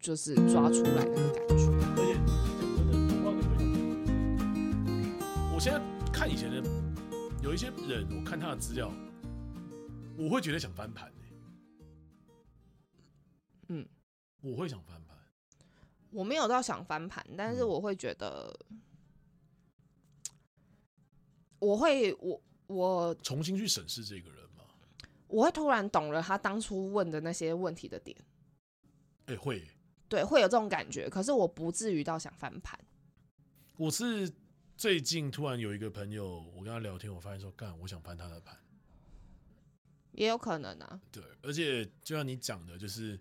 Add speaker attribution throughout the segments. Speaker 1: 就是抓出来那个感觉。
Speaker 2: 而且真的，我忘了有一个我现在看以前的有一些人，我看他的资料，我会觉得想翻盘、欸、
Speaker 1: 嗯，
Speaker 2: 我会想翻盘。
Speaker 1: 我没有到想翻盘，但是
Speaker 2: 嗯
Speaker 1: 我会觉得，我会我我
Speaker 2: 重新去审视这个人嘛？
Speaker 1: 我会突然懂了他当初问的那些问题的点，
Speaker 2: 哎、会欸、
Speaker 1: 对，会有这种感觉。可是我不至于到想翻盘，
Speaker 2: 我是最近突然有一个朋友，我跟他聊天，我发现说，干，我想翻他的盘。
Speaker 1: 也有可能啊。
Speaker 2: 对，而且就像你讲的，就是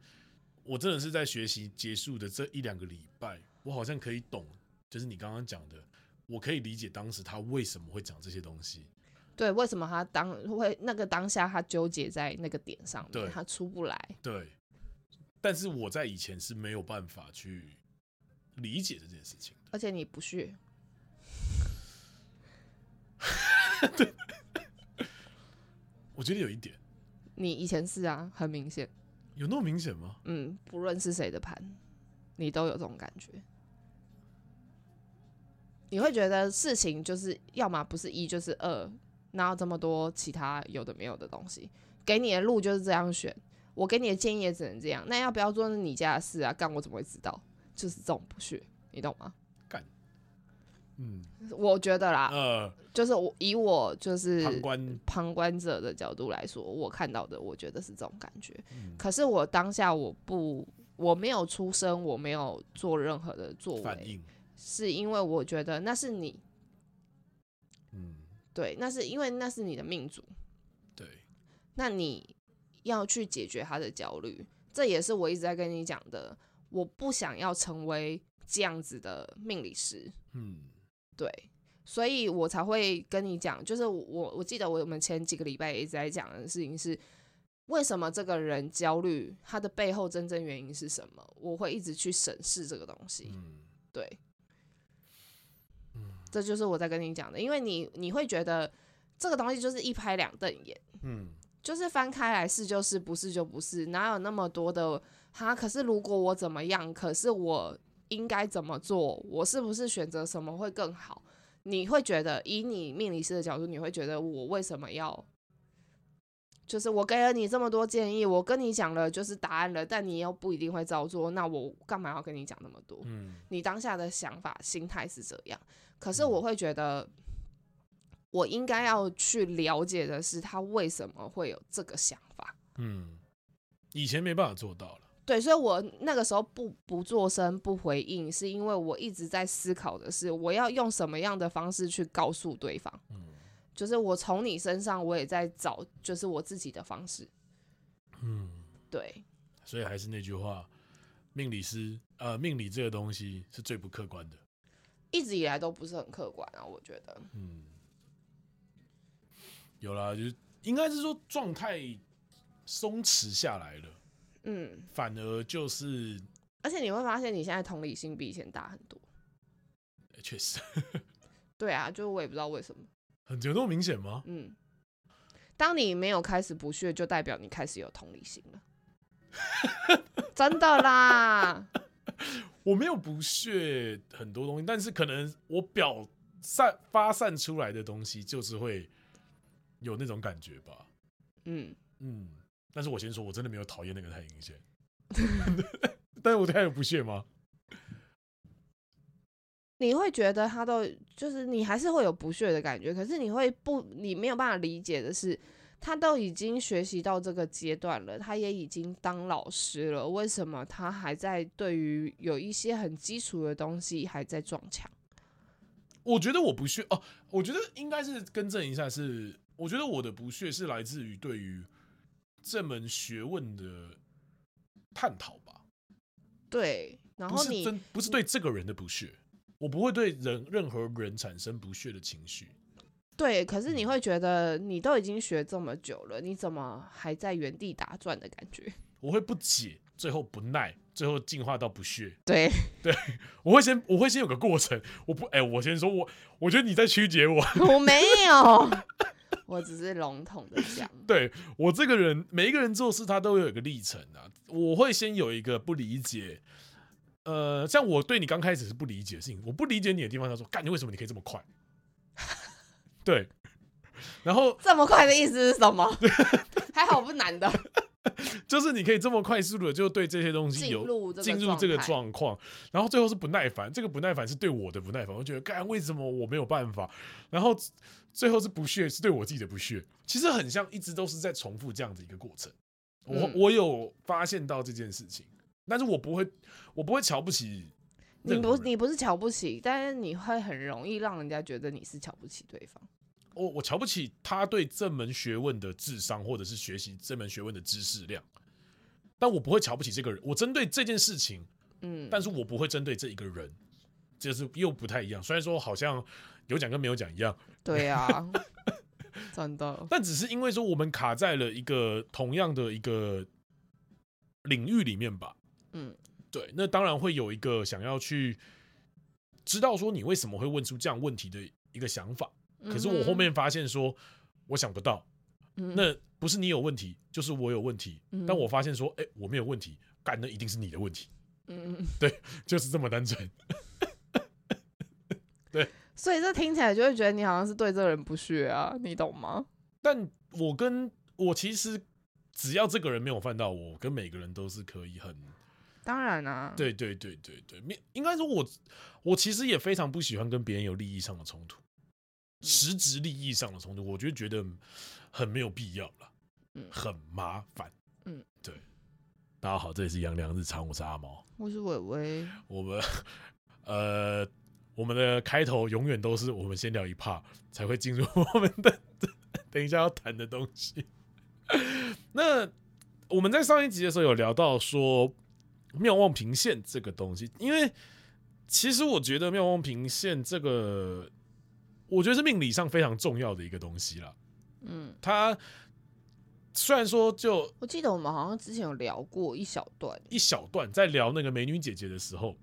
Speaker 2: 我真的是在学习结束的这一两个礼拜，我好像可以懂，就是你刚刚讲的，我可以理解当时他为什么会讲这些东西。
Speaker 1: 对，为什么他当会那个当下他纠结在那个点上
Speaker 2: 对
Speaker 1: 面，他出不来？
Speaker 2: 对，但是我在以前是没有办法去理解这件事情的。
Speaker 1: 而且你不去，
Speaker 2: 我觉得有一点，
Speaker 1: 你以前是啊，很明显，
Speaker 2: 有那么明显吗？
Speaker 1: 嗯，不论是谁的盘，你都有这种感觉。你会觉得事情就是要么不是一就是二，哪有这么多其他有的没有的东西？给你的路就是这样选，我给你的建议也只能这样。那要不要做是你家的事啊，干我怎么会知道？就是这种不屑，你懂吗？
Speaker 2: 嗯，
Speaker 1: 我觉得啦，
Speaker 2: 呃，
Speaker 1: 就是我以我啊就是
Speaker 2: 旁观，
Speaker 1: 旁观者的角度来说，我看到的，我觉得是这种感觉。
Speaker 2: 嗯，
Speaker 1: 可是我当下我不，我没有出声，我没有做任何的作
Speaker 2: 反
Speaker 1: 为，
Speaker 2: 应，
Speaker 1: 是因为我觉得那是你，
Speaker 2: 嗯，
Speaker 1: 对，那是因为那是你的命主，
Speaker 2: 对，
Speaker 1: 那你要去解决他的焦虑，这也是我一直在跟你讲的，我不想要成为这样子的命理师，
Speaker 2: 嗯，
Speaker 1: 对，所以我才会跟你讲，就是我我记得我们前几个礼拜也一直在讲的事情是，为什么这个人焦虑，他的背后真正原因是什么？我会一直去审视这个东西，
Speaker 2: 嗯，
Speaker 1: 对，这就是我在跟你讲的，因为你你会觉得这个东西就是一拍两瞪眼。
Speaker 2: 嗯，
Speaker 1: 就是翻开来是就是，不是就不是，哪有那么多的哈？可是如果我怎么样，可是我应该怎么做？我是不是选择什么会更好？你会觉得，以你命理师的角度，你会觉得我为什么要？就是我给了你这么多建议，我跟你讲了就是答案了，但你又不一定会照做，那我干嘛要跟你讲那么多？
Speaker 2: 嗯，
Speaker 1: 你当下的想法、心态是这样。可是我会觉得，我应该要去了解的是他为什么会有这个想法。
Speaker 2: 嗯，以前没办法做到了，
Speaker 1: 对，所以我那个时候不不做声、不回应，是因为我一直在思考的是，我要用什么样的方式去告诉对方。
Speaker 2: 嗯
Speaker 1: 就是我从你身上，我也在找，就是我自己的方式。
Speaker 2: 嗯，
Speaker 1: 对，
Speaker 2: 所以还是那句话，命理师，呃，命理这个东西是最不客观的，
Speaker 1: 一直以来都不是很客观啊，我觉得。
Speaker 2: 嗯，有啦，就是应该是说状态松弛下来了，
Speaker 1: 嗯，
Speaker 2: 反而就是
Speaker 1: 而且你会发现，你现在同理心比以前大很多。
Speaker 2: 欸确实
Speaker 1: 对啊，就我也不知道为什么。
Speaker 2: 很有那么明显吗？
Speaker 1: 嗯，当你没有开始不屑，就代表你开始有同理心了。真的啦，
Speaker 2: 我没有不屑很多东西，但是可能我表散发散出来的东西就是会有那种感觉吧，
Speaker 1: 嗯，
Speaker 2: 嗯。但是我先说，我真的没有讨厌那个太阴线， 但是我太有不屑吗？
Speaker 1: 你会觉得他都就是你还是会有不屑的感觉，可是你会不，你没有办法理解的是，他都已经学习到这个阶段了，他也已经当老师了，为什么他还在对于有一些很基础的东西还在撞墙？
Speaker 2: 我觉得我不屑哦，我觉得应该是更正一下是，我觉得我的不屑是来自于对于这门学问的探讨吧，
Speaker 1: 对，然
Speaker 2: 不
Speaker 1: 后
Speaker 2: 是
Speaker 1: 你
Speaker 2: 真不是对这个人的不屑，我不会对人任何人产生不屑的情绪。
Speaker 1: 对，可
Speaker 2: 嗯
Speaker 1: 是你会觉得你都已经学这么久了，你怎么还在原地打转的感觉？
Speaker 2: 我会不解，最后不耐，最后进化到不屑。
Speaker 1: 对，
Speaker 2: 我会先，我会先有个过程。我不，哎、我先说，我我觉得你在曲解我。
Speaker 1: 我没有，我只是笼统的讲。
Speaker 2: 对我这个人，每一个人做事他都有一个历程啊。我会先有一个不理解，呃，像我对你刚开始是不理解的事情，我不理解你的地方，他说：“干，你为什么你可以这么快？” 对， 然后
Speaker 1: 这么快的意思是什么？ 还好我不是 男的，
Speaker 2: 就是你可以这么快速的就对这些东西
Speaker 1: 进
Speaker 2: 有
Speaker 1: 入这个
Speaker 2: 进入这个
Speaker 1: 态
Speaker 2: 状况，然后最后是不耐烦，这个不耐烦是对我的不耐烦，我觉得干为什么我没有办法，然后最后是不屑，是对我自己的不屑，其实很像一直都是在重复这样子一个过程。我、
Speaker 1: 嗯
Speaker 2: 我有发现到这件事情，但是我不会，我不会瞧不起
Speaker 1: 你
Speaker 2: 任何
Speaker 1: 不
Speaker 2: 人
Speaker 1: 你不是瞧不起，但是你会很容易让人家觉得你是瞧不起对方。
Speaker 2: 我我瞧不起他对这门学问的智商，或者是学习这门学问的知识量，但我不会瞧不起这个人。我针对这件事情，
Speaker 1: 嗯，
Speaker 2: 但是我不会针对这一个人，就是又不太一样。虽然说好像有讲跟没有讲一样，
Speaker 1: 对 啊，真的，
Speaker 2: 但只是因为说我们卡在了一个同样的一个领域里面吧。
Speaker 1: 嗯，
Speaker 2: 对，那当然会有一个想要去知道说你为什么会问出这样问题的一个想法。可是我后面发现说，我想不到。
Speaker 1: 嗯哼，嗯
Speaker 2: 那不是你有问题，就是我有问题。
Speaker 1: 嗯
Speaker 2: 但我发现说，哎、我没有问题，干那一定是你的问题，
Speaker 1: 嗯，嗯
Speaker 2: 就是这么单纯。
Speaker 1: 所以这听起来就会觉得你好像是对这个人不屑啊，你懂吗？
Speaker 2: 但我跟我其实只要这个人没有犯到我，我跟每个人都是可以
Speaker 1: 嗯
Speaker 2: 很
Speaker 1: 当然啊，，
Speaker 2: 对对对对对，没应该说我我其实也非常不喜欢跟别人有利益上的冲突，
Speaker 1: 嗯
Speaker 2: 实质利益上的冲突，我就觉得很没有必要了，
Speaker 1: 嗯
Speaker 2: 很麻烦。
Speaker 1: 嗯，
Speaker 2: 对。大家好，这里是杨良日常，我是阿毛。
Speaker 1: 我是伟伟，
Speaker 2: 我们呃，我们的开头永远都是我们先聊一 part，才会进入我们的 等一下要谈的东西。那我们在上一集的时候有聊到说妙望平线这个东西，因为其实我觉得妙望平线这个，我觉得是命理上非常重要的一个东西啦。
Speaker 1: 嗯，
Speaker 2: 它虽然说就
Speaker 1: 我记得我们好像之前有聊过一小段，
Speaker 2: 一小段在聊那个美女姐姐的时候，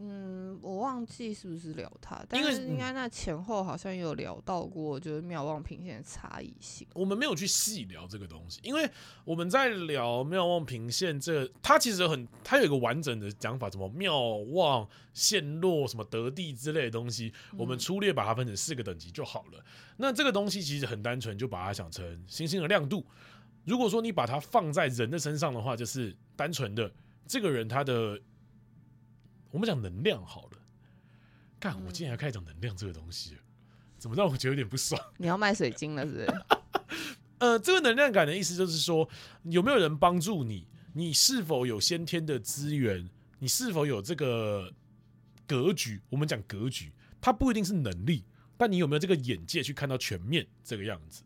Speaker 1: 嗯，我忘记是不是聊他，但
Speaker 2: 因为
Speaker 1: 是应
Speaker 2: 嗯
Speaker 1: 该那前后好像有聊到过，就是妙望平线的差异性。
Speaker 2: 我们没有去细聊这个东西，因为我们在聊妙望平线这它其实很，它有一个完整的讲法，什么妙望、陷落、什么得地之类的东西，
Speaker 1: 嗯
Speaker 2: 我们粗略把它分成四个等级就好了。那这个东西其实很单纯，就把它想成星星的亮度。如果说你把它放在人的身上的话，就是单纯的这个人他的，我们讲能量好了。干，我今天还开始讲能量这个东西了，怎么让我觉得有点不爽？
Speaker 1: 你要卖水晶了是不 是？
Speaker 2: 呃，这个能量感的意思就是说，有没有人帮助你？你是否有先天的资源？你是否有这个格局？我们讲格局，它不一定是能力，但你有没有这个眼界去看到全面这个样子？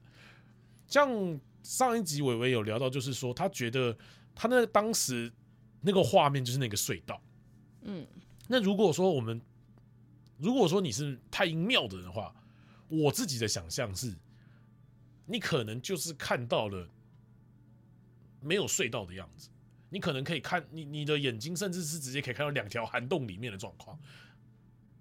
Speaker 2: 像上一集伟伟有聊到，就是说他觉得他那当时那个画面就是那个隧道。
Speaker 1: 嗯，
Speaker 2: 那如果说我们，如果说你是太阴庙的人的话，我自己的想象是，你可能就是看到了没有隧道的样子，你可能可以看你你的眼睛，甚至是直接可以看到两条涵洞里面的状况。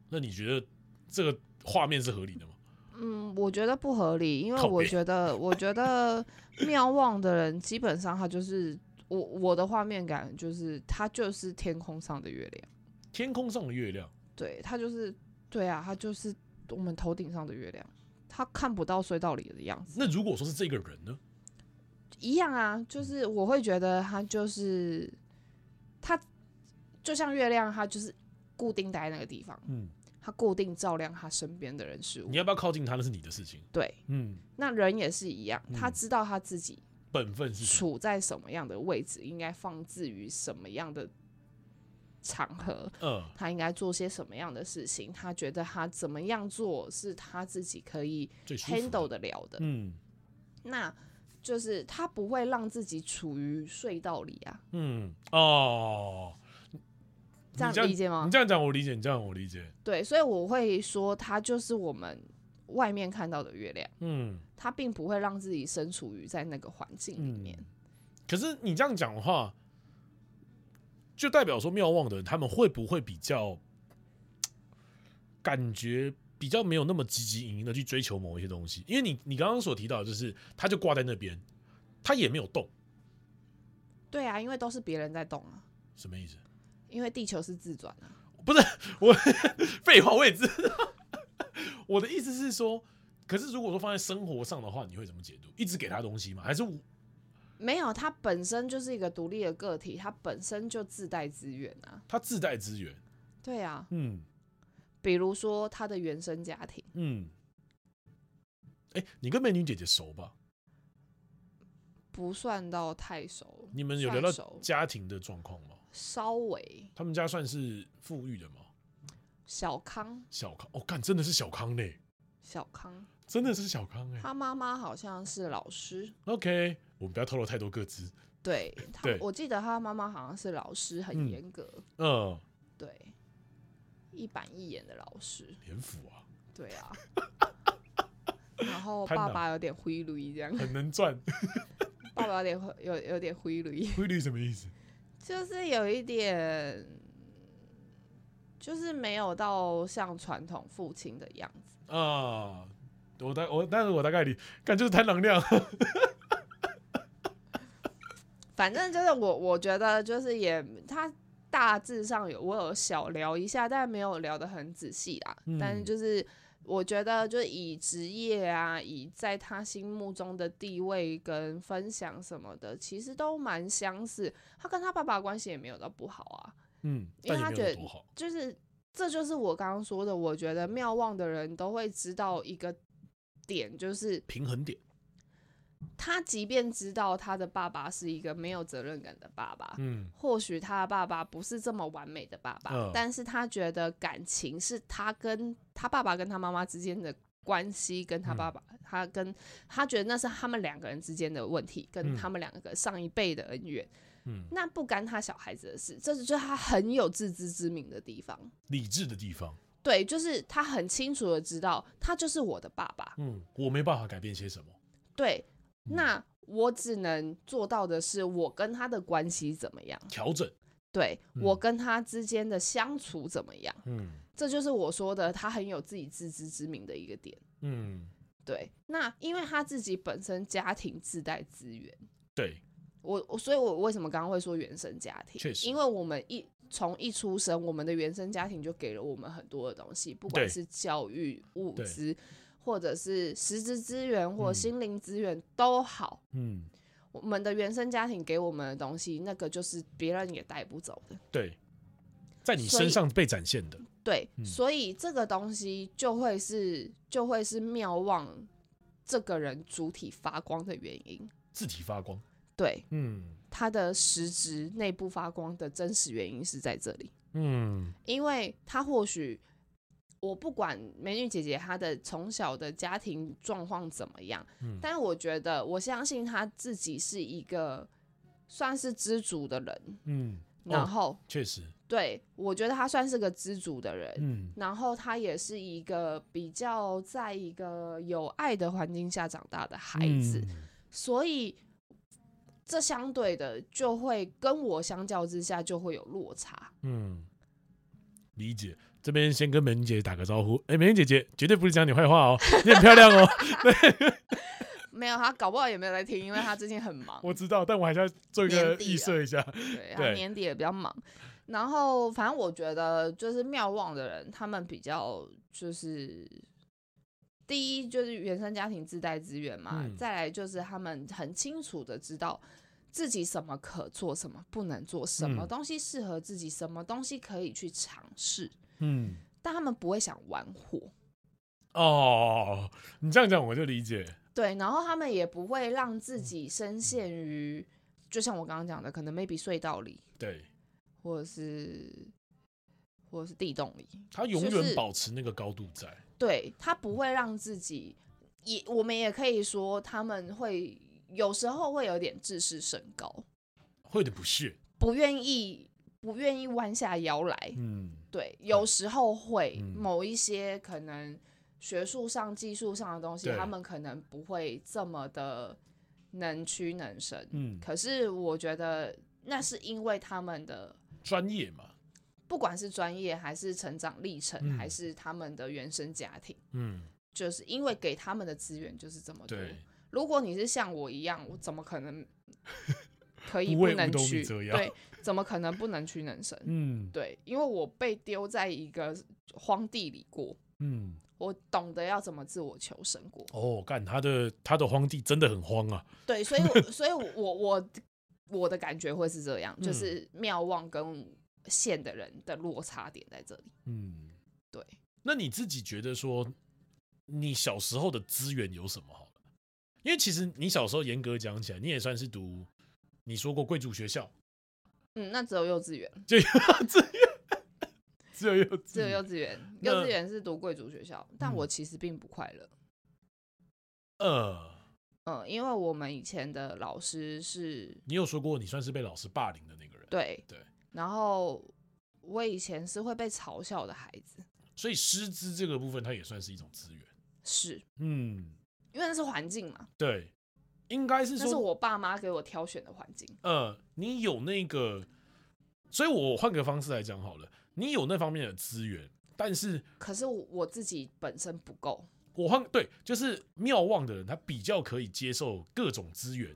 Speaker 2: 那你觉得这个画面是合理的吗？
Speaker 1: 嗯，我觉得不合理，因为
Speaker 2: 靠
Speaker 1: 我
Speaker 2: 北
Speaker 1: 觉得，我觉得妙望的人基本上他就是我我的画面感就是他就是天空上的月亮，
Speaker 2: 天空上的月亮，
Speaker 1: 对他就是对啊，他就是我们头顶上的月亮，他看不到隧道里的样子，
Speaker 2: 那如果说是这个人呢？
Speaker 1: 一样啊，就是我会觉得他就是他就像月亮，他就是固定待在那个地方，
Speaker 2: 嗯，
Speaker 1: 他固定照亮他身边的人事物
Speaker 2: 你，要不要靠近他，那是你的事情。
Speaker 1: 对，
Speaker 2: 嗯，
Speaker 1: 那人也是一样，他
Speaker 2: 嗯
Speaker 1: 知道他自己。
Speaker 2: 本分是什么
Speaker 1: 处在什么样的位置，应该放置于什么样的场合，
Speaker 2: 呃，
Speaker 1: 他应该做些什么样的事情，他觉得他怎么样做是他自己可以
Speaker 2: 最舒服
Speaker 1: handle
Speaker 2: 的。
Speaker 1: 得了的，
Speaker 2: 嗯
Speaker 1: 那就是他不会让自己处于隧道里啊，
Speaker 2: 嗯哦，你
Speaker 1: 这样
Speaker 2: 这样
Speaker 1: 理解吗
Speaker 2: 你？这样讲我理解，你这样讲我理解。
Speaker 1: 对，所以我会说，他就是我们外面看到的月亮，
Speaker 2: 嗯，
Speaker 1: 他并不会让自己身处于在那个环境里面。
Speaker 2: 嗯可是你这样讲的话，就代表说妙望的人他们会不会比较感觉比较没有那么积极营营的去追求某一些东西？因为你你刚刚所提到，的就是他就挂在那边，他也没有动，
Speaker 1: 对啊，因为都是别人在动啊。
Speaker 2: 什么意思？
Speaker 1: 因为地球是自转啊。
Speaker 2: 废话，我也知道。 我的意思是说，可是如果说放在生活上的话，你会怎么解读？一直给他东西吗？还是我
Speaker 1: 没有，它本身就是一个独立的个体，它本身就自带资源啊。
Speaker 2: 他自带资源？
Speaker 1: 对啊，
Speaker 2: 嗯
Speaker 1: 比如说他的原生家庭，
Speaker 2: 嗯。哎、你跟美女姐姐熟吧？
Speaker 1: 不算到太熟，
Speaker 2: 你们有聊
Speaker 1: 算
Speaker 2: 到
Speaker 1: 熟
Speaker 2: 家庭的状况吗？
Speaker 1: 稍微
Speaker 2: 他们家算是富裕的吗？
Speaker 1: 小康，
Speaker 2: 小康，哦，干，真的是小康嘞，
Speaker 1: 小康，
Speaker 2: 真的是小康哎。
Speaker 1: 他妈妈好像是老师，
Speaker 2: OK，我们不要透露太多个资。
Speaker 1: 对他
Speaker 2: 对，
Speaker 1: 我记得他妈妈好像是老师，很
Speaker 2: 嗯
Speaker 1: 严格，
Speaker 2: 嗯，
Speaker 1: 对，一板一眼的老师，
Speaker 2: 年府啊，
Speaker 1: 对啊。 然后
Speaker 2: 贪
Speaker 1: 爸
Speaker 2: 婪
Speaker 1: 爸有点灰驴这样，
Speaker 2: 很能赚，
Speaker 1: 爸爸有点灰有有点灰驴，
Speaker 2: 规律什么意思？
Speaker 1: 就是有一点，就是没有到像传统父亲的样子。
Speaker 2: 啊，我大我，但是我大概理，感就是贪能量，
Speaker 1: 反正就是我，我觉得就是也他大致上有我有小聊一下，但没有聊得很仔细啦。
Speaker 2: 嗯
Speaker 1: 但是就是我觉得，就是以职业啊，以在他心目中的地位跟分享什么的，其实都蛮相似。他跟他爸爸关系也没有到不好啊，
Speaker 2: 嗯，
Speaker 1: 因为
Speaker 2: 但也
Speaker 1: 他
Speaker 2: 没
Speaker 1: 觉
Speaker 2: 有
Speaker 1: 得
Speaker 2: 多好，
Speaker 1: 就是这就是我刚刚说的，我觉得妙望的人都会知道一个点，就是
Speaker 2: 平衡点，
Speaker 1: 他即便知道他的爸爸是一个没有责任感的爸爸，
Speaker 2: 嗯
Speaker 1: 或许他的爸爸不是这么完美的爸爸，
Speaker 2: 嗯
Speaker 1: 但是他觉得感情是他跟他爸爸跟他妈妈之间的关系，跟他
Speaker 2: 嗯
Speaker 1: 爸爸，他跟他觉得那是他们两个人之间的问题，跟
Speaker 2: 嗯
Speaker 1: 他们两个上一辈的恩怨，
Speaker 2: 嗯，
Speaker 1: 那不干他小孩子的事，这就是他很有自知之明的地方。
Speaker 2: 理智的地方，
Speaker 1: 对，就是他很清楚的知道，他就是我的爸爸。
Speaker 2: 嗯，我没办法改变些什么，
Speaker 1: 对，
Speaker 2: 嗯
Speaker 1: 那我只能做到的是，我跟他的关系怎么样？
Speaker 2: 调整，
Speaker 1: 对、
Speaker 2: 嗯
Speaker 1: 我跟他之间的相处怎么样？
Speaker 2: 嗯
Speaker 1: 这就是我说的，他很有自己自知之明的一个点。
Speaker 2: 嗯，
Speaker 1: 对，那因为他自己本身家庭自带资源，
Speaker 2: 对，
Speaker 1: 我我所以，我为什么刚刚会说原生家庭？
Speaker 2: 确实
Speaker 1: 因为我们一从一出生，我们的原生家庭就给了我们很多的东西，不管
Speaker 2: 对
Speaker 1: 是教育、物
Speaker 2: 对
Speaker 1: 资，或者是实质资源或
Speaker 2: 嗯
Speaker 1: 心灵资源都好。
Speaker 2: 嗯
Speaker 1: 我们的原生家庭给我们的东西，那个就是别人也带不走的。
Speaker 2: 对，在你
Speaker 1: 所
Speaker 2: 身
Speaker 1: 以
Speaker 2: 上被展现的，
Speaker 1: 对，
Speaker 2: 嗯
Speaker 1: 所以这个东西就会是就会是妙望这个人主体发光的原因，
Speaker 2: 字体发光，
Speaker 1: 对
Speaker 2: 嗯
Speaker 1: 他的实质内部发光的真实原因是在这里，
Speaker 2: 嗯
Speaker 1: 因为他或许我不管美女姐姐她的从小的家庭状况怎么样，
Speaker 2: 嗯
Speaker 1: 但我觉得我相信她自己是一个算是知足的人，
Speaker 2: 嗯，
Speaker 1: 然
Speaker 2: 哦，
Speaker 1: 后、
Speaker 2: 确实，
Speaker 1: 对我觉得她算是个知足的人，
Speaker 2: 嗯
Speaker 1: 然后他也是一个比较在一个有爱的环境下长大的孩子，
Speaker 2: 嗯
Speaker 1: 所以这相对的就会跟我相较之下就会有落差。
Speaker 2: 嗯，理解。这边先跟美玲姐姐打个招呼。哎、美玲姐姐绝对不是讲你坏话哦， 你很漂亮哦，
Speaker 1: 没有他，搞不好也没有来听，因为他最近很忙，
Speaker 2: 我知道，但我还是要做一个
Speaker 1: 年底啊
Speaker 2: 预设一下。
Speaker 1: 对他
Speaker 2: 对
Speaker 1: 年底也比较忙。然后反正我觉得就是妙望的人，他们比较就是。第一就是原生家庭自带资源嘛，
Speaker 2: 嗯
Speaker 1: 再来就是他们很清楚的知道自己什么可做，什么不能做，什么
Speaker 2: 嗯
Speaker 1: 东西适合自己，什么东西可以去尝试，
Speaker 2: 嗯，
Speaker 1: 但他们不会想玩火，
Speaker 2: 哦，你这样讲我就理解。
Speaker 1: 对，然后他们也不会让自
Speaker 2: 嗯
Speaker 1: 己深陷于，就像我刚刚讲的，可能 maybe 隧道里，
Speaker 2: 对
Speaker 1: 或者是或者是地洞里，
Speaker 2: 他永
Speaker 1: 就
Speaker 2: 远
Speaker 1: 是
Speaker 2: 保持那个高度在。
Speaker 1: 对他不会让自己，也我们也可以说他们会有时候会有点自视甚高，
Speaker 2: 会有点不屑，
Speaker 1: 不愿意不愿意弯下腰来，
Speaker 2: 嗯
Speaker 1: 对，有时候会
Speaker 2: 嗯
Speaker 1: 某一些可能学术上、技术上的东西，
Speaker 2: 对
Speaker 1: 他们可能不会这么的能屈能伸，
Speaker 2: 嗯，
Speaker 1: 可是我觉得那是因为他们的。
Speaker 2: 专业嘛，
Speaker 1: 不管是专业还是成长历程，
Speaker 2: 嗯
Speaker 1: 还是他们的原生家庭，
Speaker 2: 嗯，
Speaker 1: 就是因为给他们的资源就是这么多。
Speaker 2: 对，
Speaker 1: 如果你是像我一样，我怎么可能可以
Speaker 2: 不为
Speaker 1: 能
Speaker 2: 五斗米
Speaker 1: 屈，
Speaker 2: 折腰
Speaker 1: 对，怎么可能不能屈能伸？
Speaker 2: 嗯
Speaker 1: 对，因为我被丢在一个荒地里过，
Speaker 2: 嗯，
Speaker 1: 我懂得要怎么自我求生过。
Speaker 2: 哦，干他的他的荒地真的很荒啊，
Speaker 1: 对，所以我所以我我我的感觉会是这样，就
Speaker 2: 嗯
Speaker 1: 是妙望跟县的人的落差点在这里。
Speaker 2: 嗯，
Speaker 1: 对，
Speaker 2: 那你自己觉得说，你小时候的资源有什么好了？因为其实你小时候严格讲起来，你也算是读，你说过贵族学校，
Speaker 1: 嗯，那只有幼稚园，
Speaker 2: 就资源，只有幼
Speaker 1: 只有幼
Speaker 2: 稚园，
Speaker 1: 稚园，
Speaker 2: 嗯那嗯
Speaker 1: 幼稚园是读贵族学校，但我其实并不快乐。
Speaker 2: 呃，
Speaker 1: 嗯，因为我们以前的老师是
Speaker 2: 你有说过你算是被老师霸凌的那个人，
Speaker 1: 对
Speaker 2: 对，
Speaker 1: 然后我以前是会被嘲笑的孩子，
Speaker 2: 所以师资这个部分它也算是一种资源，
Speaker 1: 是
Speaker 2: 嗯，
Speaker 1: 因为那是环境嘛，
Speaker 2: 对，应该是
Speaker 1: 那是
Speaker 2: 说，
Speaker 1: 我爸妈给我挑选的环境。
Speaker 2: 呃，你有那个，所以我换个方式来讲好了，你有那方面的资源，但是
Speaker 1: 可是我我自己本身不够，
Speaker 2: 我换对，就是妙望的人，他比较可以接受各种资源，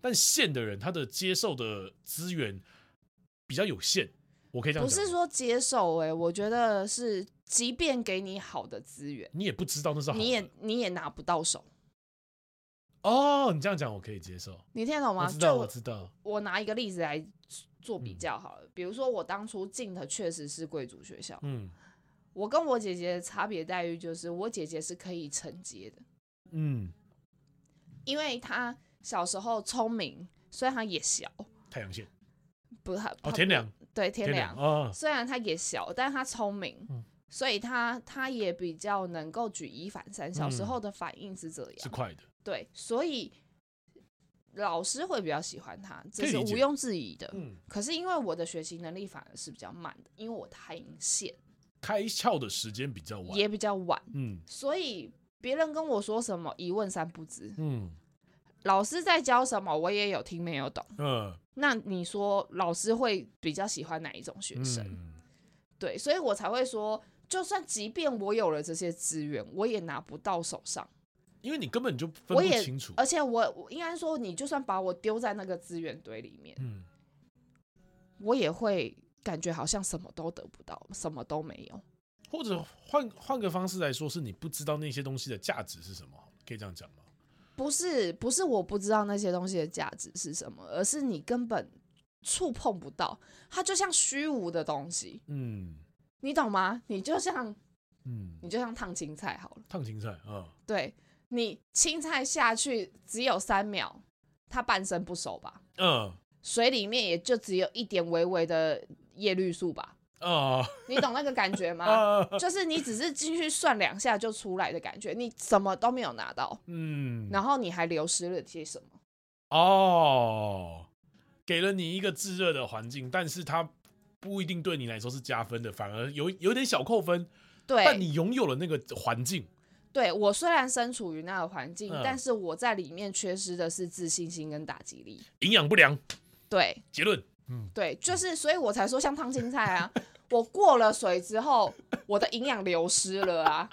Speaker 2: 但县的人他的接受的资源比较有限。我可以这样
Speaker 1: 不
Speaker 2: 讲，
Speaker 1: 是说接受哎、我觉得是，即便给你好的资源，
Speaker 2: 你也不知道那是好的
Speaker 1: 你也你也拿不到手，
Speaker 2: 哦，你这样讲我可以接受，
Speaker 1: 你听得懂
Speaker 2: 我
Speaker 1: 吗？
Speaker 2: 知道，
Speaker 1: 就
Speaker 2: 我
Speaker 1: 我
Speaker 2: 知嗯道，
Speaker 1: 我拿一个例子来做比较好了，比如说我当初进的确实是贵族学校，
Speaker 2: 嗯
Speaker 1: 我跟我姐姐的差别待遇就是我姐姐是可以承接的，
Speaker 2: 嗯，
Speaker 1: 因为她小时候聪明，虽然她也小，
Speaker 2: 太阳线
Speaker 1: 不她
Speaker 2: 哦，
Speaker 1: 她
Speaker 2: 天良，
Speaker 1: 对天良，
Speaker 2: 良
Speaker 1: 哦
Speaker 2: 啊，
Speaker 1: 虽然他也小，但他聪明，
Speaker 2: 嗯
Speaker 1: 所以他他也比较能够举一反三。小时候的反应是这
Speaker 2: 嗯是
Speaker 1: 样，
Speaker 2: 快的，
Speaker 1: 对，所以老师会比较喜欢他，这
Speaker 2: 可以
Speaker 1: 是
Speaker 2: 理解
Speaker 1: 毋庸置疑的。
Speaker 2: 嗯，
Speaker 1: 可是因为我的学习能力反而是比较慢的，因为我太阴线
Speaker 2: 开窍的时间比较晚，
Speaker 1: 也比较晚，
Speaker 2: 嗯
Speaker 1: 所以别人跟我说什么一问三不知，
Speaker 2: 嗯
Speaker 1: 老师在教什么我也有听没有懂。
Speaker 2: 呃
Speaker 1: 那你说老师会比较喜欢哪一种学生？
Speaker 2: 嗯
Speaker 1: 对，所以我才会说，就算即便我有了这些资源，我也拿不到手上，
Speaker 2: 因为你根本就分
Speaker 1: 我
Speaker 2: 不
Speaker 1: 也
Speaker 2: 清楚，
Speaker 1: 而且我我应该说，你就算把我丢在那个资源堆里面，
Speaker 2: 嗯，
Speaker 1: 我也会感觉好像什么都得不到，什么都没有。
Speaker 2: 或者换换个方式来说，是你不知道那些东西的价值是什么，可以这样讲吗？
Speaker 1: 不是不是，我不知道那些东西的价值是什么，而是你根本触碰不到，它就像虚无的东西，
Speaker 2: 嗯
Speaker 1: 你懂吗？你就像
Speaker 2: 嗯
Speaker 1: 你，就像烫青菜好了。
Speaker 2: 烫青菜啊，
Speaker 1: 对你青菜下去只有三秒，它半生不熟吧？
Speaker 2: 嗯
Speaker 1: 水里面也就只有一点微微的叶绿素吧？
Speaker 2: 啊
Speaker 1: 你懂那个感觉 吗？
Speaker 2: 啊，
Speaker 1: 就是你只是进去算两下就出来的感觉，你什么都没有拿到，
Speaker 2: 嗯，
Speaker 1: 然后你还流失了些什么？
Speaker 2: 哦，给了你一个炙热的环境，但是它不一定对你来说是加分的，反而有有点小扣分。
Speaker 1: 对，
Speaker 2: 但你拥有了那个环境，
Speaker 1: 对我虽然身处于那个环境，
Speaker 2: 嗯
Speaker 1: 但是我在里面缺失的是自信心跟打击力。
Speaker 2: 营养不良，
Speaker 1: 对，
Speaker 2: 结论 嗯
Speaker 1: 对，就是，所以我才说像烫青菜啊，我过了水之后，我的营养流失了啊，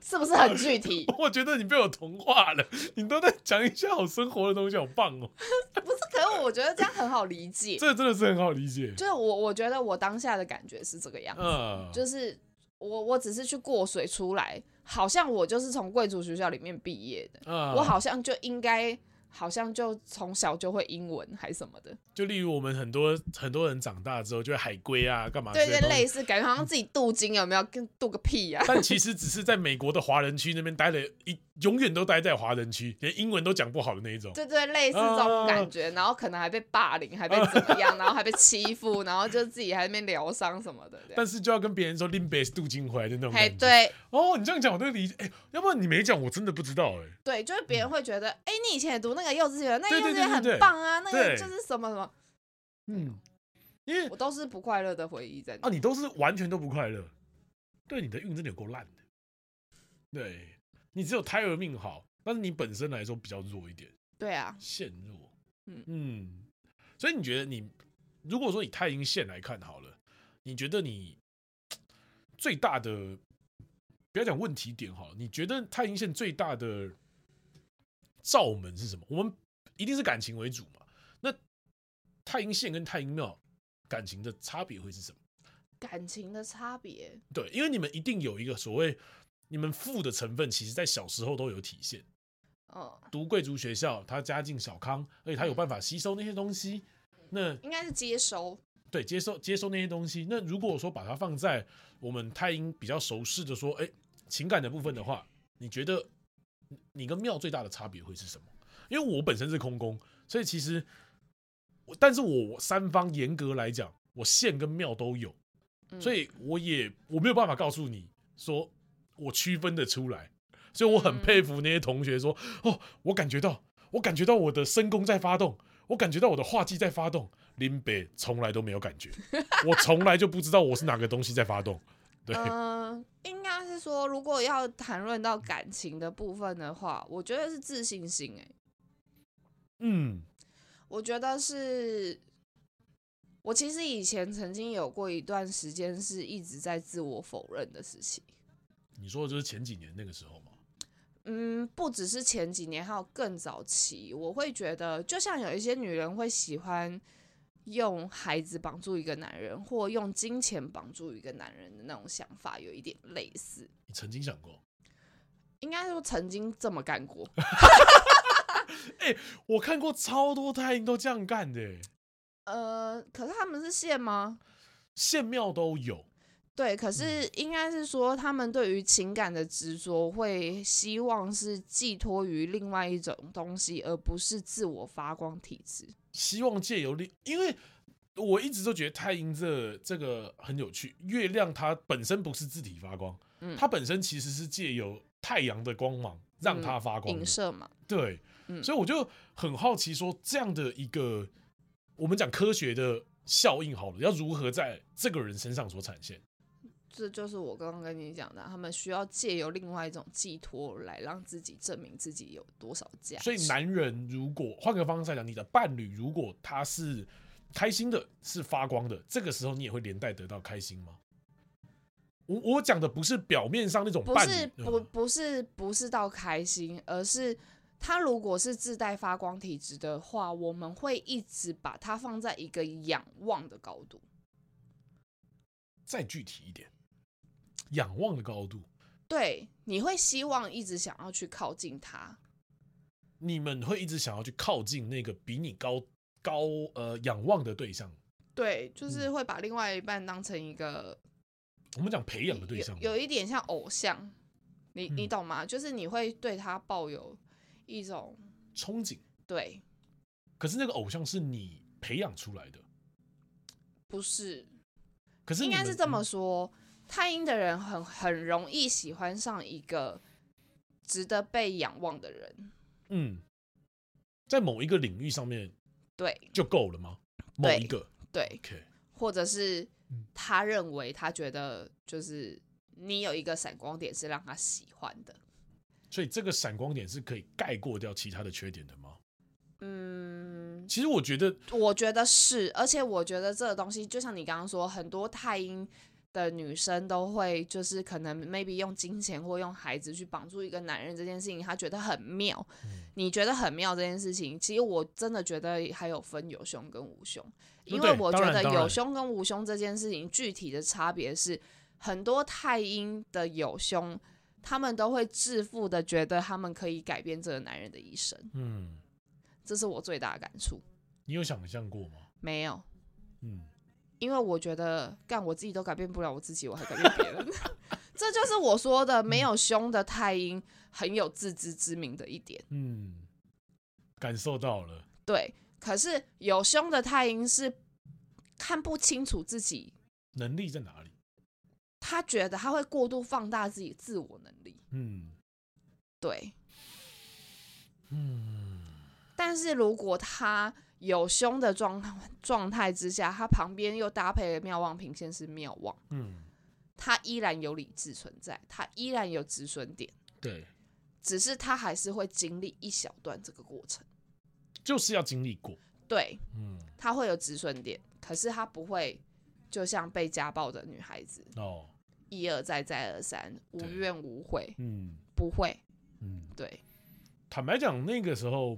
Speaker 1: 是不是很具体？
Speaker 2: 我觉得你被我同化了，你都在讲一些好生活的东西，好棒哦！
Speaker 1: 不是，可是我觉得这样很好理解，
Speaker 2: 这真的是很好理解。
Speaker 1: 就是我我觉得我当下的感觉是这个样子，
Speaker 2: 嗯，
Speaker 1: 就是我我只是去过水出来，好像我就是从贵族学校里面毕业的，
Speaker 2: 嗯
Speaker 1: 我好像就应该。好像就从小就会英文还什么的，
Speaker 2: 就例如我们很多很多人长大之后，就会海归啊，干嘛之
Speaker 1: 对
Speaker 2: 类
Speaker 1: 对
Speaker 2: 的，，
Speaker 1: 类似感觉好像自己镀金有没有？跟镀个屁啊呀、
Speaker 2: 但其实只是在美国的华人区那边待了一，永远都待在华人区，连英文都讲不好的那一种。
Speaker 1: 对对，类似
Speaker 2: 嗯
Speaker 1: 这种感觉，然后可能还被霸凌，还被怎么样，然后还被欺负，然后就自己还在那边疗伤什么的，这样
Speaker 2: 但是就要跟别人说 Limbase 镀金回来的那种
Speaker 1: 嘿，
Speaker 2: 感觉。
Speaker 1: 哎对
Speaker 2: 哦，你这样讲我都理解。哎、要不然你没讲，我真的不知道哎、
Speaker 1: 对，就是别人会觉得，哎、你以前也读那个幼稚园，那个
Speaker 2: 对
Speaker 1: 幼
Speaker 2: 对
Speaker 1: 稚园
Speaker 2: 对对
Speaker 1: 很棒啊，那个
Speaker 2: 对
Speaker 1: 就是什么什么，
Speaker 2: 嗯，因为
Speaker 1: 我都是不快乐的回忆在那。
Speaker 2: 啊，你都是完全都不快乐，对你的运真的有够烂的。对你只有胎儿命好，但是你本身来说比较弱一点，
Speaker 1: 对啊，
Speaker 2: 陷弱。
Speaker 1: 嗯
Speaker 2: 嗯，所以你觉得你如果说以太阴线来看好了，你觉得你最大的不要讲问题点好了，你觉得太阴线最大的罩门是什么？我们一定是感情为主嘛？那太阴线跟太阴庙感情的差别会是什么？
Speaker 1: 感情的差别，
Speaker 2: 对，因为你们一定有一个所谓你们父的成分，其实在小时候都有体现。
Speaker 1: 嗯，
Speaker 2: 读贵族学校，他家境小康，而且他有办法吸收那些东西。那
Speaker 1: 应该是接收，
Speaker 2: 对，接收接收那些东西。那如果说把它放在我们太阴比较熟识的说，哎、情感的部分的话，你觉得你你跟庙最大的差别会是什么？因为我本身是空宫，所以其实我，但是我三方严格来讲，我线跟庙都有，
Speaker 1: 嗯
Speaker 2: 所以我也我没有办法告诉你说我区分得出来，所以我很佩服那些同学说，哦，我感觉到，我感觉到我的身宫在发动，我感觉到我的画技在发动，林北从来都没有 感觉，我从来就不知道我是哪个东西在发动，对，
Speaker 1: 嗯，应该是说，如果要谈论到感情的部分的话，我觉得是自信心、欸。
Speaker 2: 嗯，
Speaker 1: 我觉得是，我其实以前曾经有过一段时间是一直在自我否认的事情。
Speaker 2: 你说的就是前几年那个时候嘛，
Speaker 1: 嗯，不只是前几年，还有更早期，我会觉得，就像有一些女人会喜欢用孩子绑住一个男人，或用金钱绑住一个男人的那种想法，有一点类似。
Speaker 2: 你曾经想过，
Speaker 1: 应该说曾经这么干过，
Speaker 2: 我看过超多太阴都这样干的、欸，
Speaker 1: 呃，可是他们是线吗？
Speaker 2: 县庙都有，
Speaker 1: 对，
Speaker 2: 嗯
Speaker 1: 可是应该是说，他们对于情感的执着，会希望是寄托于另外一种东西，而不是自我发光体质。
Speaker 2: 希望借由力，因为我一直都觉得太阴这这个很有趣。月亮它本身不是自体发光，
Speaker 1: 嗯
Speaker 2: 它本身其实是借由太阳的光芒让它发光的、
Speaker 1: 影射嘛，
Speaker 2: 对，
Speaker 1: 嗯
Speaker 2: 所以我就很好奇说，这样的一个我们讲科学的效应好了，要如何在这个人身上所产现？
Speaker 1: 这就是我刚刚跟你讲的，他们需要借由另外一种寄托来让自己证明自己有多少价值。
Speaker 2: 所以，男人如果换个方式来讲，你的伴侣如果他是开心的，是发光的，这个时候你也会连带得到开心吗？我我讲的不是表面上那种
Speaker 1: 不
Speaker 2: 伴
Speaker 1: 是
Speaker 2: 侣
Speaker 1: 不
Speaker 2: 嗯
Speaker 1: 不是不是到开心，而是他如果是自带发光体质的话，我们会一直把它放在一个仰望的高度。
Speaker 2: 再具体一点，仰望的高度，
Speaker 1: 对，你会希望一直想要去靠近他。
Speaker 2: 你们会一直想要去靠近那个比你高高呃仰望的对象。
Speaker 1: 对，
Speaker 2: 嗯
Speaker 1: 就是会把另外一半当成一个
Speaker 2: 我们讲培养的对
Speaker 1: 有
Speaker 2: 象嘛，
Speaker 1: 有一点像偶像，你你
Speaker 2: 嗯
Speaker 1: 懂吗？就是你会对他抱有一种
Speaker 2: 憧憬，
Speaker 1: 对，
Speaker 2: 可是那个偶像是你培养出来的，
Speaker 1: 不是，
Speaker 2: 可是
Speaker 1: 应
Speaker 2: 你
Speaker 1: 该
Speaker 2: 们嗯
Speaker 1: 是这么说。太阴的人很很容易喜欢上一个值得被仰望的人，
Speaker 2: 嗯，在某一个领域上面
Speaker 1: 对
Speaker 2: 就够了吗？某
Speaker 1: 对
Speaker 2: 一个
Speaker 1: 对，
Speaker 2: ，OK，
Speaker 1: 或者是
Speaker 2: 嗯
Speaker 1: 他认为他觉得就是你有一个闪光点是让他喜欢的。
Speaker 2: 所以这个闪光点是可以盖过掉其他的缺点的吗？
Speaker 1: 嗯，
Speaker 2: 其实我觉得，
Speaker 1: 我觉得是，而且我觉得这个东西，就像你刚刚说，很多太阴的女生都会，就是可能 maybe 用金钱或用孩子去绑住一个男人这件事情，她觉得很妙。
Speaker 2: 嗯
Speaker 1: 你觉得很妙这件事情，其实我真的觉得还有分有胸跟无胸，因为
Speaker 2: 对
Speaker 1: 我
Speaker 2: 当
Speaker 1: 觉
Speaker 2: 然
Speaker 1: 得
Speaker 2: 当
Speaker 1: 有
Speaker 2: 然
Speaker 1: 胸跟无胸这件事情具体的差别是，很多太阴的有胸。他们都会自负的觉得他们可以改变这个男人的一生，
Speaker 2: 嗯，
Speaker 1: 这是我最大的感触。
Speaker 2: 你有想象过吗？
Speaker 1: 没有，
Speaker 2: 嗯，
Speaker 1: 因为我觉得干我自己都改变不了我自己，我还改变别人， 这就是我说的没有胸的太阴很有自知之明的一点。
Speaker 2: 嗯，感受到了，
Speaker 1: 对，可是有胸的太阴是看不清楚自己，
Speaker 2: 能力在哪里？
Speaker 1: 他觉得他会过度放大自己自我能力。
Speaker 2: 嗯
Speaker 1: 对，
Speaker 2: 嗯，
Speaker 1: 但是如果他有胸的状状态之下，他旁边又搭配了妙望平线是妙望，
Speaker 2: 嗯，
Speaker 1: 他依然有理智存在，他依然有止损点。
Speaker 2: 对，
Speaker 1: 只是他还是会经历一小段这个过程，
Speaker 2: 就是要经历过，
Speaker 1: 对，
Speaker 2: 嗯，
Speaker 1: 他会有止损点，可是他不会就像被家暴的女孩子
Speaker 2: 哦，
Speaker 1: 一而再再而三无
Speaker 2: 对
Speaker 1: 怨无悔，
Speaker 2: 嗯
Speaker 1: 不会，
Speaker 2: 嗯，
Speaker 1: 对，
Speaker 2: 坦白讲，那个时候，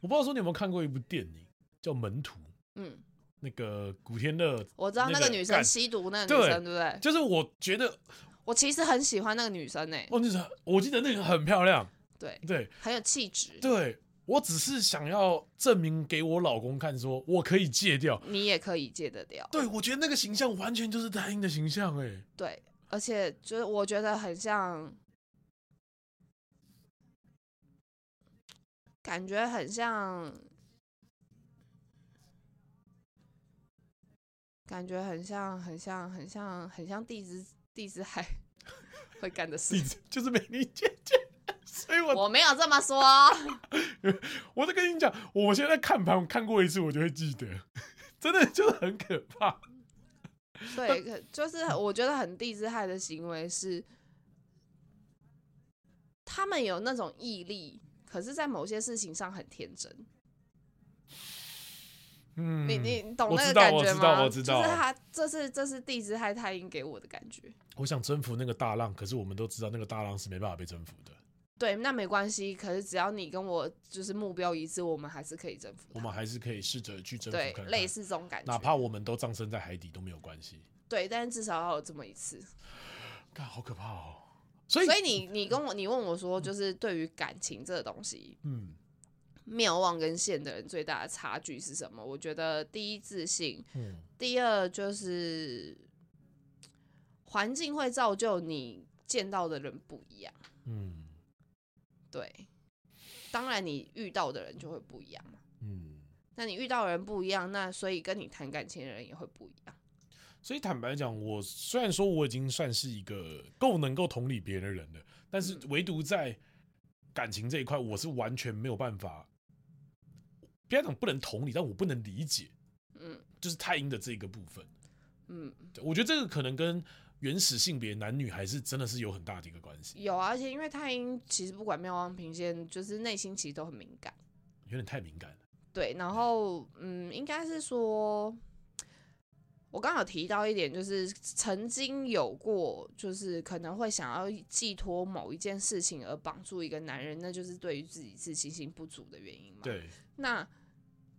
Speaker 2: 我不知道说你有没有看过一部电影，叫门徒，
Speaker 1: 嗯，
Speaker 2: 那个古天乐，
Speaker 1: 我知道
Speaker 2: 那
Speaker 1: 那
Speaker 2: 个
Speaker 1: 个女生
Speaker 2: 干
Speaker 1: 吸毒那个
Speaker 2: 对
Speaker 1: 女生，对不对？
Speaker 2: 就是我觉得，
Speaker 1: 我其实很喜欢那个女生诶、
Speaker 2: 哦，那是我记得那个很漂亮，
Speaker 1: 对，
Speaker 2: 对
Speaker 1: 很有气质。
Speaker 2: 对，我只是想要证明给我老公看，说我可以戒掉。
Speaker 1: 你也可以戒得掉，
Speaker 2: 对，我觉得那个形象完全就是单音的形象、哎，
Speaker 1: 对，而且就是我觉得很像，感觉很像，感觉很像，很像，很像，很像地之地之海会干的事
Speaker 2: 你。就是美丽姐姐。所以我
Speaker 1: 我没有这么说，哦
Speaker 2: 我在跟你讲，我现在看盘，我看过一次，我就会记得， 真的就是很可怕。
Speaker 1: 对，可就是我觉得很地之害的行为是，他们有那种毅力，可是，在某些事情上很天真。
Speaker 2: 嗯，
Speaker 1: 你你你懂
Speaker 2: 我
Speaker 1: 那个
Speaker 2: 知道
Speaker 1: 感
Speaker 2: 我
Speaker 1: 觉
Speaker 2: 知道
Speaker 1: 吗？
Speaker 2: 我知道
Speaker 1: 就是他，这是这是地之害太阴给我的感觉。
Speaker 2: 我想征服那个大浪，可是我们都知道那个大浪是没办法被征服的，
Speaker 1: 对，那没关系，可是只要你跟我就是目标一致，我们还是可以征服
Speaker 2: 我
Speaker 1: 它。
Speaker 2: 们还是可以试着去征服
Speaker 1: 对
Speaker 2: 看，看，
Speaker 1: 类似这种感觉，
Speaker 2: 哪怕我们都葬身在海底都没有关系。
Speaker 1: 对，但是至少要有这么一次。
Speaker 2: 看，好可怕哦！所以，
Speaker 1: 所以你你跟我你问我说，就是对于感情这个东西，
Speaker 2: 嗯
Speaker 1: 妙望跟现的人最大的差距是什么？我觉得第一自信，
Speaker 2: 嗯，
Speaker 1: 第二就是环境会造就你见到的人不一样。
Speaker 2: 嗯
Speaker 1: 对，当然你遇到的人就会不一样嘛。
Speaker 2: 嗯，
Speaker 1: 那你遇到的人不一样，那所以跟你谈感情的人也会不一样。
Speaker 2: 所以坦白讲，我虽然说我已经算是一个够能够同理别的人了，但
Speaker 1: 嗯
Speaker 2: 是唯独在感情这一块，我是完全没有办法。不要讲不能同理，但我不能理解，
Speaker 1: 嗯
Speaker 2: 就是太阴的这个部分。
Speaker 1: 嗯，
Speaker 2: 对我觉得这个可能跟原始性别男女还是真的是有很大的一个关系，
Speaker 1: 有啊，而且因为太阴其实不管妙望平线，就是内心其实都很敏感。
Speaker 2: 有点太敏感了。
Speaker 1: 对，然后嗯，应该是说，我刚好提到一点，就是曾经有过，就是可能会想要寄托某一件事情而绑住一个男人，那就是对于自己自信心不足的原因嘛。
Speaker 2: 对，
Speaker 1: 那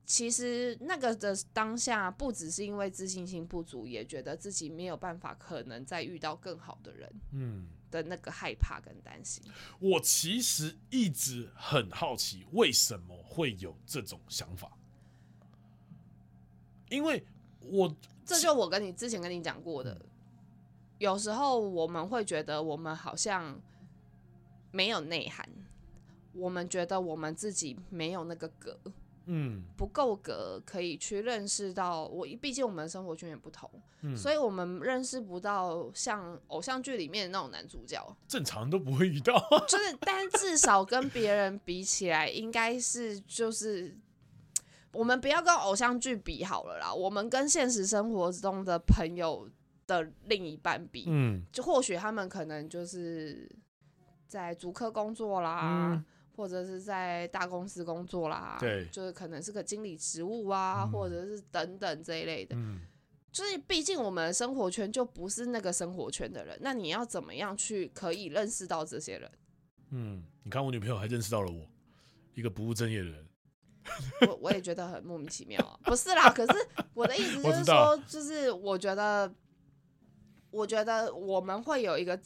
Speaker 1: 其实那个的当下，不只是因为自信心不足，也觉得自己没有办法，可能再遇到更好的人
Speaker 2: 嗯，
Speaker 1: 的那个害怕跟担心。
Speaker 2: 我其实一直很好奇，为什么会有这种想法？因为我
Speaker 1: 这就我跟你之前跟你讲过的，有时候我们会觉得我们好像没有内涵，我们觉得我们自己没有那个格，
Speaker 2: 嗯
Speaker 1: 不够格可以去认识到我，毕竟我们的生活圈也不同，
Speaker 2: 嗯
Speaker 1: 所以我们认识不到像偶像剧里面的那种男主角。
Speaker 2: 正常人都不会遇到，
Speaker 1: 就是，但至少跟别人比起来，应该是就是我们不要跟偶像剧比好了啦，我们跟现实生活中的朋友的另一半比，
Speaker 2: 嗯
Speaker 1: 就或许他们可能就是在足科工作啦。
Speaker 2: 嗯
Speaker 1: 或者是在大公司工作啦，
Speaker 2: 对
Speaker 1: 就是可能是个经理职务啊，
Speaker 2: 嗯
Speaker 1: 或者是等等这一类的。
Speaker 2: 嗯，
Speaker 1: 就是毕竟我们的生活圈就不是那个生活圈的人，那你要怎么样去可以认识到这些人？
Speaker 2: 嗯，你看我女朋友还认识到了我，一个不务正业的人。
Speaker 1: 我我也觉得很莫名其妙、啊。不是啦，可是我的意思就
Speaker 2: 我知
Speaker 1: 是
Speaker 2: 道
Speaker 1: 说，就是我觉得，我觉得我们会有一个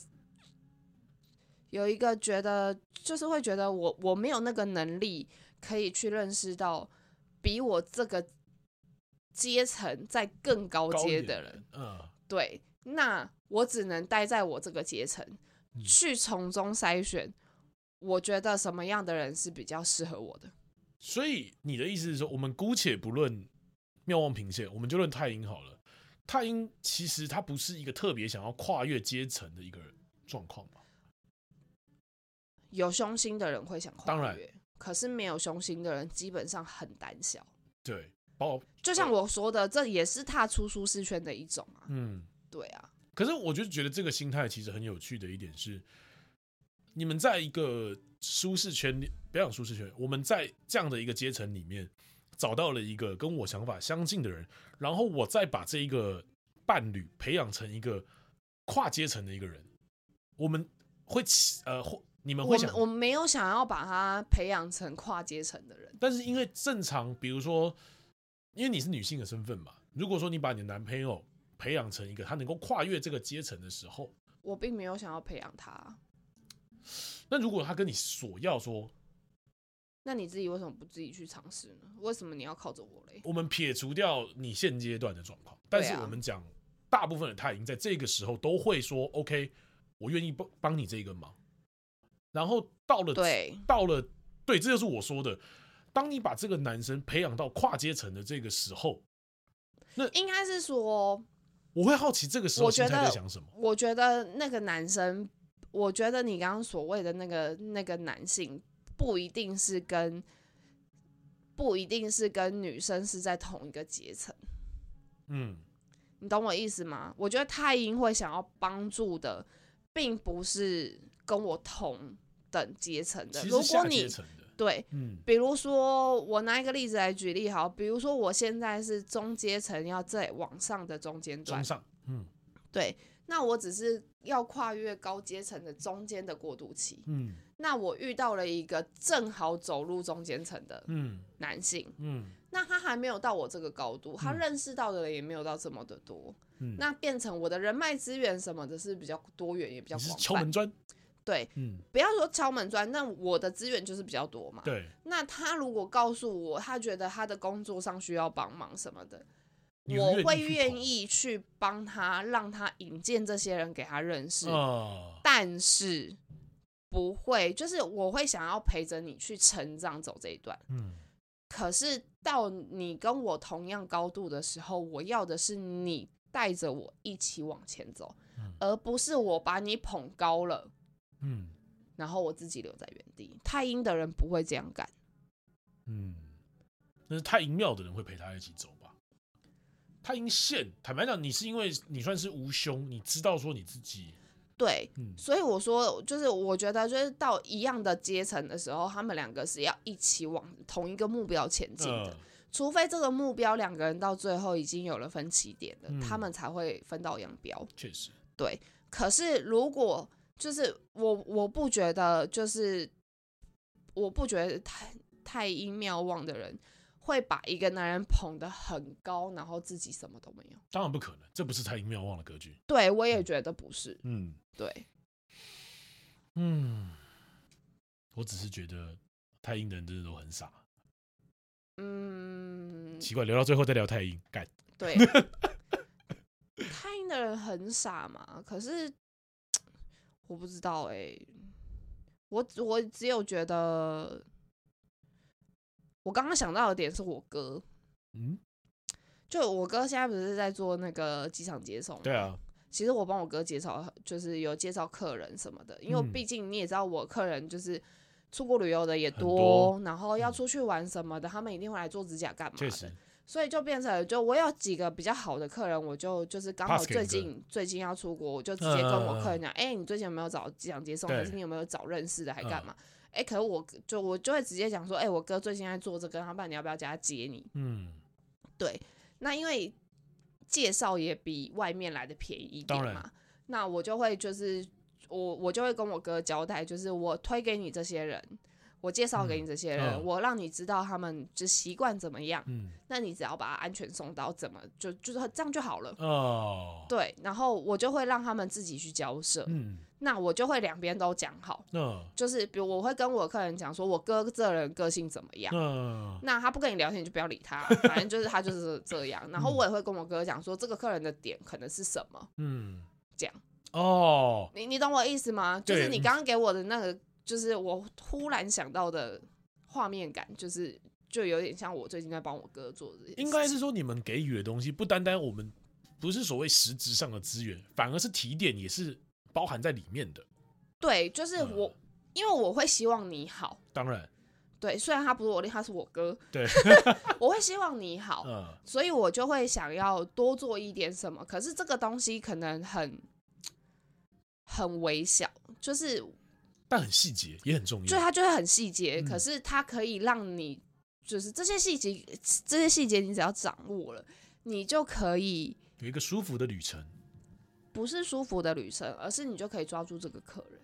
Speaker 1: 有一个觉得，就是会觉得我我没有那个能力可以去认识到比我这个阶层在更高
Speaker 2: 高
Speaker 1: 阶
Speaker 2: 一
Speaker 1: 的
Speaker 2: 点
Speaker 1: 人。，
Speaker 2: 嗯，
Speaker 1: 对，那我只能待在我这个阶层，
Speaker 2: 嗯
Speaker 1: 去从中筛选，我觉得什么样的人是比较适合我的。
Speaker 2: 所以你的意思是说，我们姑且不论妙望平线，我们就论太阴好了。太阴其实他不是一个特别想要跨越阶层的一个状况嘛，
Speaker 1: 有凶心的人会想跨越，
Speaker 2: 当然
Speaker 1: 可是没有凶心的人基本上很胆小。
Speaker 2: 对，包
Speaker 1: 就像我说的，这也是踏出舒适圈的一种啊。
Speaker 2: 嗯，
Speaker 1: 对啊，
Speaker 2: 可是我就觉得这个心态其实很有趣的一点是，你们在一个舒适圈里，不要讲舒适圈，我们在这样的一个阶层里面找到了一个跟我想法相近的人，然后我再把这一个伴侣培养成一个跨阶层的一个人，我们会起呃，或你们
Speaker 1: 我
Speaker 2: 会想
Speaker 1: 们，我没有想要把他培养成跨阶层的人。
Speaker 2: 但是因为正常，比如说因为你是女性的身份嘛。如果说你把你的男朋友培养成一个他能够跨越这个阶层的时候，
Speaker 1: 我并没有想要培养他。
Speaker 2: 那如果他跟你索要说，
Speaker 1: 那你自己为什么不自己去尝试呢？为什么你要靠着我嘞？
Speaker 2: 我们撇除掉你现阶段的状况，但是
Speaker 1: 对啊
Speaker 2: 我们讲，大部分的他已经在这个时候都会说 OK，我愿意帮帮你这个忙。然后到了
Speaker 1: 对，
Speaker 2: 到了，对，这就是我说的。当你把这个男生培养到跨阶层的这个时候，
Speaker 1: 应该是说，
Speaker 2: 我会好奇这个时候
Speaker 1: 我觉
Speaker 2: 心
Speaker 1: 得
Speaker 2: 态在想什么。
Speaker 1: 我觉得那个男生，我觉得你刚刚所谓的那个那个男性，不一定是跟不一定是跟女生是在同一个阶层，
Speaker 2: 嗯，
Speaker 1: 你懂我意思吗？我觉得太英会想要帮助的，并不是跟我同等阶层的。
Speaker 2: 其
Speaker 1: 如
Speaker 2: 实
Speaker 1: 果
Speaker 2: 下阶
Speaker 1: 你
Speaker 2: 层的，
Speaker 1: 对
Speaker 2: 嗯，
Speaker 1: 比如说，我拿一个例子来举例好，比如说我现在是中阶层，要再往上的中间段
Speaker 2: 中，上，嗯
Speaker 1: 对，那我只是要跨越高阶层的中间的过渡期。
Speaker 2: 嗯
Speaker 1: 那我遇到了一个正好走入中间层的
Speaker 2: 嗯
Speaker 1: 男性，
Speaker 2: 嗯
Speaker 1: 那他还没有到我这个高度，他
Speaker 2: 嗯
Speaker 1: 认识到的人也没有到这么的多，
Speaker 2: 嗯，
Speaker 1: 那变成我的人脉资源什么的是比较多元，也比较
Speaker 2: 你是
Speaker 1: 广
Speaker 2: 敲
Speaker 1: 泛
Speaker 2: 门。砖，
Speaker 1: 对，
Speaker 2: 嗯，
Speaker 1: 不要说敲门砖，那我的资源就是比较多嘛。
Speaker 2: 对，
Speaker 1: 那他如果告诉我，他觉得他的工作上需要帮忙什么的，
Speaker 2: 你
Speaker 1: 我会
Speaker 2: 去
Speaker 1: 愿
Speaker 2: 投
Speaker 1: 意去帮他，让他引荐这些人给他认识，
Speaker 2: 啊，
Speaker 1: 但是不会，就是我会想要陪着你去成长走这一段。
Speaker 2: 嗯，
Speaker 1: 可是到你跟我同样高度的时候，我要的是你带着我一起往前走，
Speaker 2: 嗯
Speaker 1: 而不是我把你捧高了，
Speaker 2: 嗯
Speaker 1: 然后我自己留在原地。太阴的人不会这样干。
Speaker 2: 嗯，但是太阴庙的人会陪他一起走吧？太阴线，坦白讲，你是因为你算是无凶，你知道说你自己，
Speaker 1: 对，
Speaker 2: 嗯
Speaker 1: 所以我说，就是我觉得，就是到一样的阶层的时候，他们两个是要一起往同一个目标前进的，
Speaker 2: 呃
Speaker 1: 除非这个目标两个人到最后已经有了分歧点了，
Speaker 2: 嗯
Speaker 1: 他们才会分道扬镳。
Speaker 2: 确实，
Speaker 1: 可是如果就是我，我不觉得，就是我不觉得太太阴妙望的人会把一个男人捧得很高，然后自己什么都没有。
Speaker 2: 当然不可能，这不是太阴庙望的格局。
Speaker 1: 对我也觉得不是，
Speaker 2: 嗯
Speaker 1: 对，
Speaker 2: 嗯，我只是觉得太阴的人真的都很傻，
Speaker 1: 嗯，
Speaker 2: 奇怪，聊到最后再聊太阴，干，
Speaker 1: 对，太阴的人很傻嘛。可是我不知道哎、我我只有觉得，我刚刚想到的点是我哥，
Speaker 2: 嗯，
Speaker 1: 就我哥现在不是在做那个机场接送吗？
Speaker 2: 对啊，
Speaker 1: 其实我帮我哥介绍，就是有介绍客人什么的，因为
Speaker 2: 嗯
Speaker 1: 毕竟你也知道，我客人就是出国旅游的也
Speaker 2: 很多嗯
Speaker 1: 然后要出去玩什么的，他们一定会来做指甲干嘛
Speaker 2: 确
Speaker 1: 的
Speaker 2: 实。，
Speaker 1: 所以就变成就我有几个比较好的客人，我就就是刚好
Speaker 2: Pass 给
Speaker 1: 最
Speaker 2: 你哥
Speaker 1: 近最近要出国，我就直接跟我客人讲，哎、你最近有没有找机场接送，
Speaker 2: 嗯对嗯
Speaker 1: 还是你有没有找认识的，还干嘛？哎、可是我就我就会直接讲说，哎、我哥最近在做这个，他不然你要不要叫他接你？
Speaker 2: 嗯，
Speaker 1: 对，那因为介绍也比外面来的便宜一
Speaker 2: 当
Speaker 1: 点
Speaker 2: 然
Speaker 1: 嘛，那我就会就是我我就会跟我哥交代，就是我推给你这些人。我介绍给你这些人，
Speaker 2: 嗯
Speaker 1: 我让你知道他们就习惯怎么样，
Speaker 2: 嗯，
Speaker 1: 那你只要把它安全送到，怎么就就是这样就好了。
Speaker 2: 哦，
Speaker 1: 对，然后我就会让他们自己去交涉，
Speaker 2: 嗯，
Speaker 1: 那我就会两边都讲好，
Speaker 2: 那
Speaker 1: 就是比如我会跟我客人讲说，我哥这人个性怎么
Speaker 2: 嗯
Speaker 1: 样，
Speaker 2: 那
Speaker 1: 那他不跟你聊天你就不要理他，反正就是他就是 这样。然后我也会跟我哥讲说，这个客人的点可能是什么，
Speaker 2: 嗯，
Speaker 1: 这样
Speaker 2: 哦，
Speaker 1: 你你懂我意思吗？就是
Speaker 2: 对嗯
Speaker 1: 你刚刚给我的那个，就是我忽然想到的画面感，就是就有点像我最近在帮我哥做的，
Speaker 2: 应该是说你们给予的东西不单单我们不是所谓实质上的资源，反而是提点也是包含在里面的。
Speaker 1: 对，就是我，
Speaker 2: 嗯
Speaker 1: 因为我会希望你好。
Speaker 2: 当然，
Speaker 1: 对，虽然他不是我弟，他是我 哥，
Speaker 2: 对，
Speaker 1: 我会希望你好，
Speaker 2: 嗯，
Speaker 1: 所以我就会想要多做一点什么。可是这个东西可能很很微小，就是
Speaker 2: 但很细节也很重
Speaker 1: 就
Speaker 2: 要。
Speaker 1: 它就会很细节，
Speaker 2: 嗯
Speaker 1: 可是它可以让你就是这些细节，这些细节你只要掌握了，你就可以
Speaker 2: 有一个舒服的旅程，
Speaker 1: 不是舒服的旅程，而是你就可以抓住这个客人。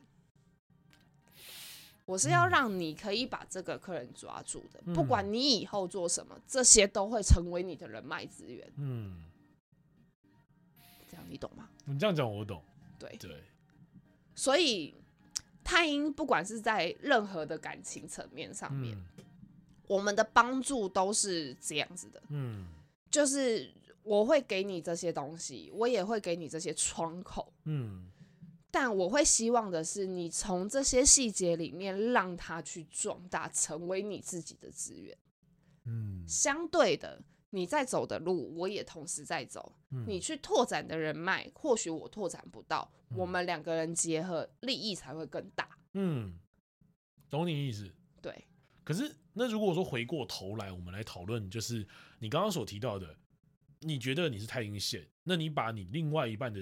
Speaker 1: 我是要
Speaker 2: 嗯
Speaker 1: 让你可以把这个客人抓住的，不
Speaker 2: 嗯
Speaker 1: 管你以后做什么，这些都会成为你的人脉资源。
Speaker 2: 嗯，
Speaker 1: 这样你懂吗？
Speaker 2: 你这样讲我懂。
Speaker 1: 对
Speaker 2: 对，嗯
Speaker 1: 所以太阴不管是在任何的感情层面上面，
Speaker 2: 嗯
Speaker 1: 我们的帮助都是这样子的，
Speaker 2: 嗯
Speaker 1: 就是我会给你这些东西，我也会给你这些窗口，
Speaker 2: 嗯
Speaker 1: 但我会希望的是，你从这些细节里面让它去壮大，成为你自己的资源。
Speaker 2: 嗯，
Speaker 1: 相对的，你在走的路，我也同时在走。
Speaker 2: 嗯
Speaker 1: 你去拓展的人脉，或许我拓展不到，我们两个人结合，利益才会更大。
Speaker 2: 嗯，懂你意思。
Speaker 1: 对，
Speaker 2: 可是，那如果说回过头来，我们来讨论，就是你刚刚所提到的，你觉得你是太阴线，那你把你另外一半的，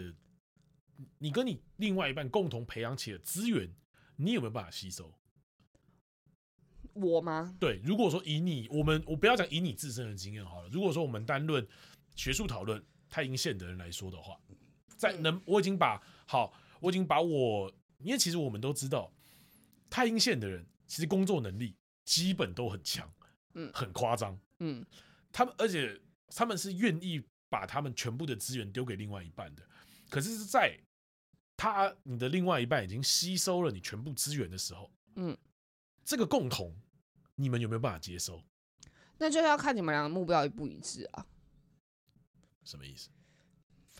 Speaker 2: 你跟你另外一半共同培养起的资源，你有没有办法吸收？
Speaker 1: 我吗？
Speaker 2: 对，如果说以你我们我不要讲以你自身的经验好了，如果说我们单论学术讨论太阴线的人来说的话，在
Speaker 1: 嗯
Speaker 2: 能我已经把好，我已经把我，因为其实我们都知道，太阴线的人其实工作能力基本都很强，
Speaker 1: 嗯
Speaker 2: 很夸张，
Speaker 1: 嗯，
Speaker 2: 他们而且他们是愿意把他们全部的资源丢给另外一半的，可是是在他你的另外一半已经吸收了你全部资源的时候，
Speaker 1: 嗯，
Speaker 2: 这个共同你们有没有办法接收？
Speaker 1: 那就要看你们俩的目标一不一致啊。
Speaker 2: 什么意思？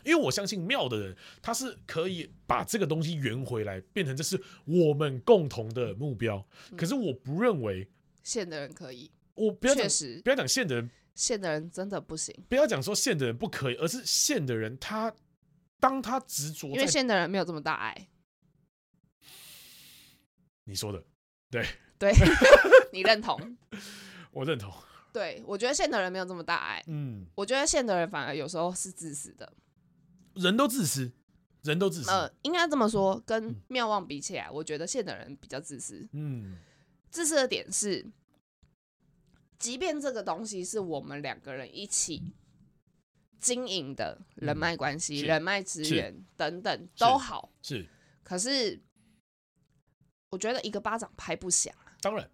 Speaker 2: 因为我相信妙的人，他是可以把这个东西圆回来，变成这是我们共同的目标。
Speaker 1: 嗯
Speaker 2: 可是我不认为，
Speaker 1: 线的人可以，
Speaker 2: 我不要讲
Speaker 1: 确，实
Speaker 2: 不要讲线的人，
Speaker 1: 线的人真的不行，
Speaker 2: 不要讲说线的人不可以，而是线的人他当他执着
Speaker 1: 因为
Speaker 2: 在
Speaker 1: 线的人没有这么大爱。
Speaker 2: 你说的，
Speaker 1: 对，你认同？
Speaker 2: 我认同。
Speaker 1: 对，我觉得线的人没有这么大爱。
Speaker 2: 嗯，
Speaker 1: 我觉得线的人反而有时候是自私的。
Speaker 2: 人都自私，人都自私。
Speaker 1: 呃，应该这么说，跟
Speaker 2: 嗯
Speaker 1: 妙望比起来，我觉得线的人比较自私。
Speaker 2: 嗯
Speaker 1: 自私的点是，即便这个东西是我们两个人一起经营的人脉关系、
Speaker 2: 嗯是
Speaker 1: 人脉资
Speaker 2: 是
Speaker 1: 源等等都好，
Speaker 2: 是
Speaker 1: 可是我觉得一个巴掌拍不响。
Speaker 2: 当然，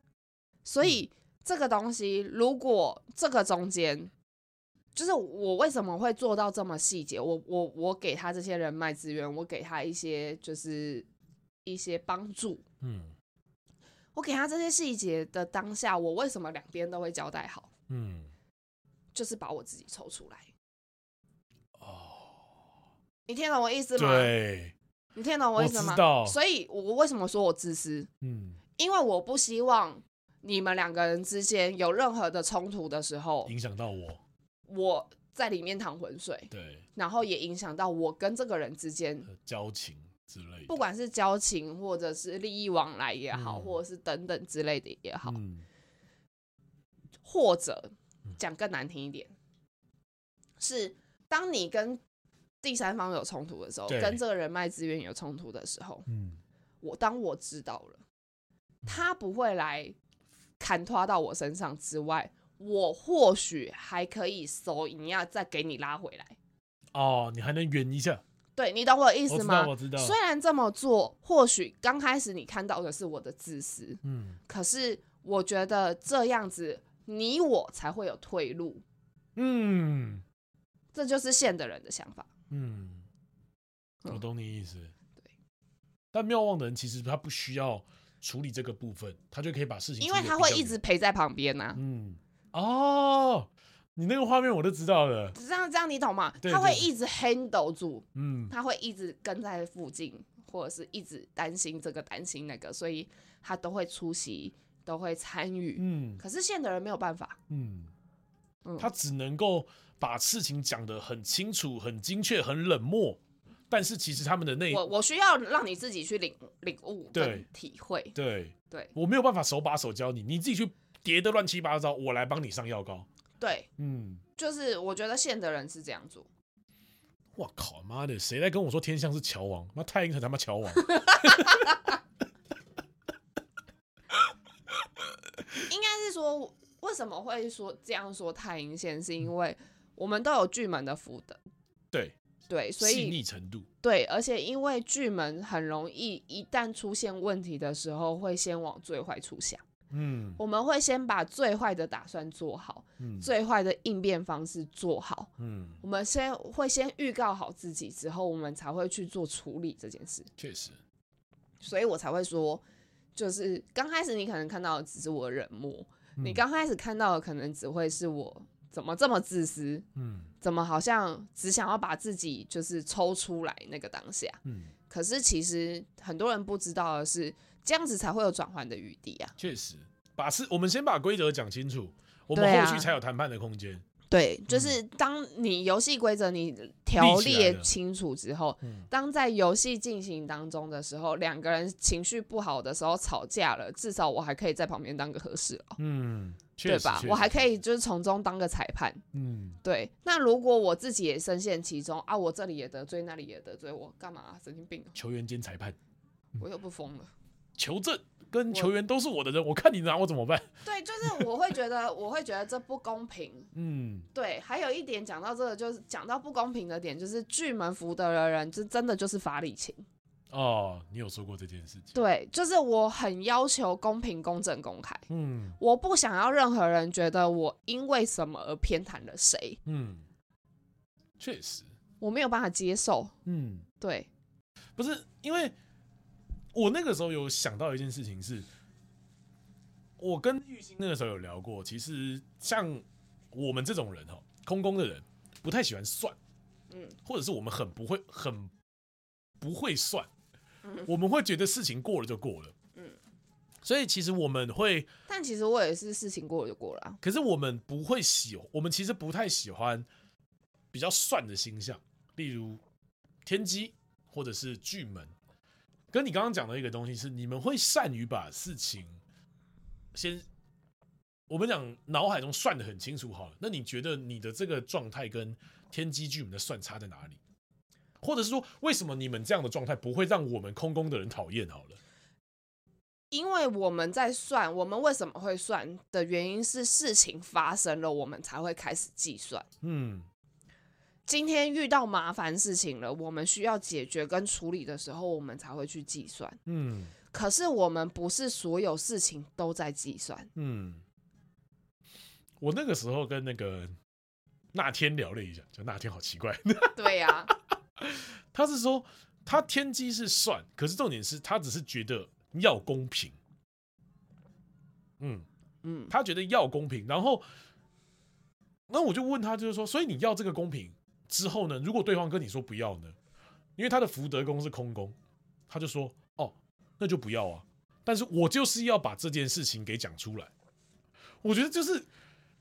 Speaker 1: 所
Speaker 2: 嗯
Speaker 1: 以这个东西，如果这个中间，就是我为什么会做到这么细节？我我我给他这些人脉资源，我给他一些就是一些帮助，
Speaker 2: 嗯
Speaker 1: 我给他这些细节的当下，我为什么两边都会交代好？
Speaker 2: 嗯
Speaker 1: 就是把我自己抽出来。
Speaker 2: 哦，
Speaker 1: 你听懂我意思吗？
Speaker 2: 对，
Speaker 1: 你听懂我意思吗
Speaker 2: 我知道？
Speaker 1: 所以，我为什么说我自私？
Speaker 2: 嗯，
Speaker 1: 因为我不希望你们两个人之间有任何的冲突的时候，
Speaker 2: 影响到我，
Speaker 1: 我在里面淌浑水。
Speaker 2: 对，
Speaker 1: 然后也影响到我跟这个人之间，
Speaker 2: 呃交情之类的，
Speaker 1: 不管是交情或者是利益往来也好，
Speaker 2: 嗯
Speaker 1: 或者是等等之类的也好，
Speaker 2: 嗯
Speaker 1: 或者讲更难听一点，是当你跟第三方有冲突的时候，
Speaker 2: 对
Speaker 1: 跟这个人脉资源有冲突的时候，
Speaker 2: 嗯
Speaker 1: 我当我知道了，他不会来砍拖到我身上之外，我或许还可以手一样再给你拉回来。
Speaker 2: 哦，你还能圆一下，
Speaker 1: 对你懂我的意
Speaker 2: 我
Speaker 1: 思
Speaker 2: 知
Speaker 1: 吗
Speaker 2: 道，？我知道，
Speaker 1: 虽然这么做，或许刚开始你看到的是我的自私，
Speaker 2: 嗯
Speaker 1: 可是我觉得这样子你我才会有退路，
Speaker 2: 嗯
Speaker 1: 这就是线的人的想法。
Speaker 2: 嗯，我
Speaker 1: 嗯
Speaker 2: 懂你意思，
Speaker 1: 对，
Speaker 2: 但妙望的人其实他不需要处理这个部分，他就可以把事情处理
Speaker 1: 因
Speaker 2: 得
Speaker 1: 为
Speaker 2: 比较
Speaker 1: 他
Speaker 2: 圆，
Speaker 1: 会一直陪在旁边呐、
Speaker 2: 嗯哦，你那个画面我都知道了，
Speaker 1: 这样这样你懂吗？
Speaker 2: 对
Speaker 1: 他会
Speaker 2: 对
Speaker 1: 一直 handle 住，
Speaker 2: 嗯
Speaker 1: 他会一直跟在附近，或者是一直担心这个担心那个，所以他都会出席，都会参与。
Speaker 2: 嗯
Speaker 1: 可是线的人没有办法，
Speaker 2: 嗯
Speaker 1: 嗯，
Speaker 2: 他只能够把事情讲得很清楚、很精确、很冷漠，但是其实他们的内
Speaker 1: 我我需要让你自己去领领悟
Speaker 2: 对
Speaker 1: 跟体会，
Speaker 2: 对
Speaker 1: 对
Speaker 2: 我没有办法手把手教你，你自己去叠的乱七八糟，我来帮你上药膏。
Speaker 1: 对。
Speaker 2: 嗯，
Speaker 1: 就是我觉得线的人是这样做，
Speaker 2: 我靠，妈的，谁在跟我说天象是乔王？妈太阴很他妈乔王。
Speaker 1: 应该是说为什么会说这样说太阴线，是因为我们都有巨门的福德，
Speaker 2: 对，
Speaker 1: 对，所
Speaker 2: 细
Speaker 1: 以
Speaker 2: 腻程度，
Speaker 1: 对，而且因为巨门很容易一旦出现问题的时候，会先往最坏处想，
Speaker 2: 嗯
Speaker 1: 我们会先把最坏的打算做好，
Speaker 2: 嗯
Speaker 1: 最坏的应变方式做好，
Speaker 2: 嗯，
Speaker 1: 我们先会先预告好自己，之后我们才会去做处理这件事。
Speaker 2: 确实，
Speaker 1: 所以我才会说，就是刚开始你可能看到的只是我的冷漠，你
Speaker 2: 嗯
Speaker 1: 刚开始看到的可能只会是我怎么这么自私，
Speaker 2: 嗯
Speaker 1: 怎么好像只想要把自己就是抽出来那个当下。
Speaker 2: 嗯，
Speaker 1: 可是其实很多人不知道的是，这样子才会有转换的余地啊。
Speaker 2: 确实，把事我们先把规则讲清楚，我们
Speaker 1: 对啊
Speaker 2: 后续才有谈判的空间。
Speaker 1: 对，就是当你游戏规则你条
Speaker 2: 嗯立起来
Speaker 1: 列
Speaker 2: 了
Speaker 1: 清楚之后，
Speaker 2: 嗯
Speaker 1: 当在游戏进行当中的时候，两个人情绪不好的时候吵架了，至少我还可以在旁边当个和事佬，
Speaker 2: 嗯，
Speaker 1: 对
Speaker 2: 确实
Speaker 1: 吧？我还可，以就是从中当个裁判。
Speaker 2: 确实嗯，
Speaker 1: 对，那如果我自己也深陷其中啊，我这里也得罪，那里也得罪，我干嘛啊、神经病哦、
Speaker 2: 球员兼裁判，
Speaker 1: 我又不疯了。
Speaker 2: 球证跟球员都是我的人，我看你拿我怎么办？
Speaker 1: 对，就是我会觉得，我会觉得这不公平。
Speaker 2: 嗯，
Speaker 1: 对，还有一点讲到这个，就是讲到不公平的点，就是巨门福德的人，这真的就是法理情。
Speaker 2: 哦，你有说过这件事情，
Speaker 1: 对，就是我很要求公平、公正、公开，
Speaker 2: 嗯
Speaker 1: 我不想要任何人觉得我因为什么而偏袒了谁，
Speaker 2: 嗯，确实，
Speaker 1: 我没有办法接受。
Speaker 2: 嗯，
Speaker 1: 对，
Speaker 2: 不是因为我那个时候有想到一件事情是，我跟玉兴那个时候有聊过，其实像我们这种人哈，空宫的人不太喜欢算，
Speaker 1: 嗯
Speaker 2: 或者是我们很不会，很不会算
Speaker 1: 嗯，
Speaker 2: 我们会觉得事情过了就过了，
Speaker 1: 嗯
Speaker 2: 所以其实我们会，
Speaker 1: 但其实我也是事情过了就过了啊、
Speaker 2: 可是我们不会喜，我们其实不太喜欢比较算的星象，例如天机或者是巨门。跟你刚刚讲的一个东西是，你们会善于把事情先，我们讲脑海中算的很清楚好了。那你觉得你的这个状态跟天机巨门的算差在哪里？或者是说，为什么你们这样的状态不会让我们空宫的人讨厌？好了，
Speaker 1: 因为我们在算，我们为什么会算的原因是事情发生了，我们才会开始计算。
Speaker 2: 嗯
Speaker 1: 今天遇到麻烦事情了，我们需要解决跟处理的时候，我们才会去计算。
Speaker 2: 嗯
Speaker 1: 可是我们不是所有事情都在计算，
Speaker 2: 嗯。我那个时候跟那个那天聊了一下，就那天好奇怪，
Speaker 1: 对 呀、
Speaker 2: 他是说他天机是算，可是重点是他只是觉得要公平，嗯，
Speaker 1: 嗯，
Speaker 2: 他觉得要公平，然后那我就问他，就是说，所以你要这个公平之后呢，如果对方跟你说不要呢，因为他的福德宫是空宫，他就说哦，那就不要啊，但是我就是要把这件事情给讲出来，我觉得就是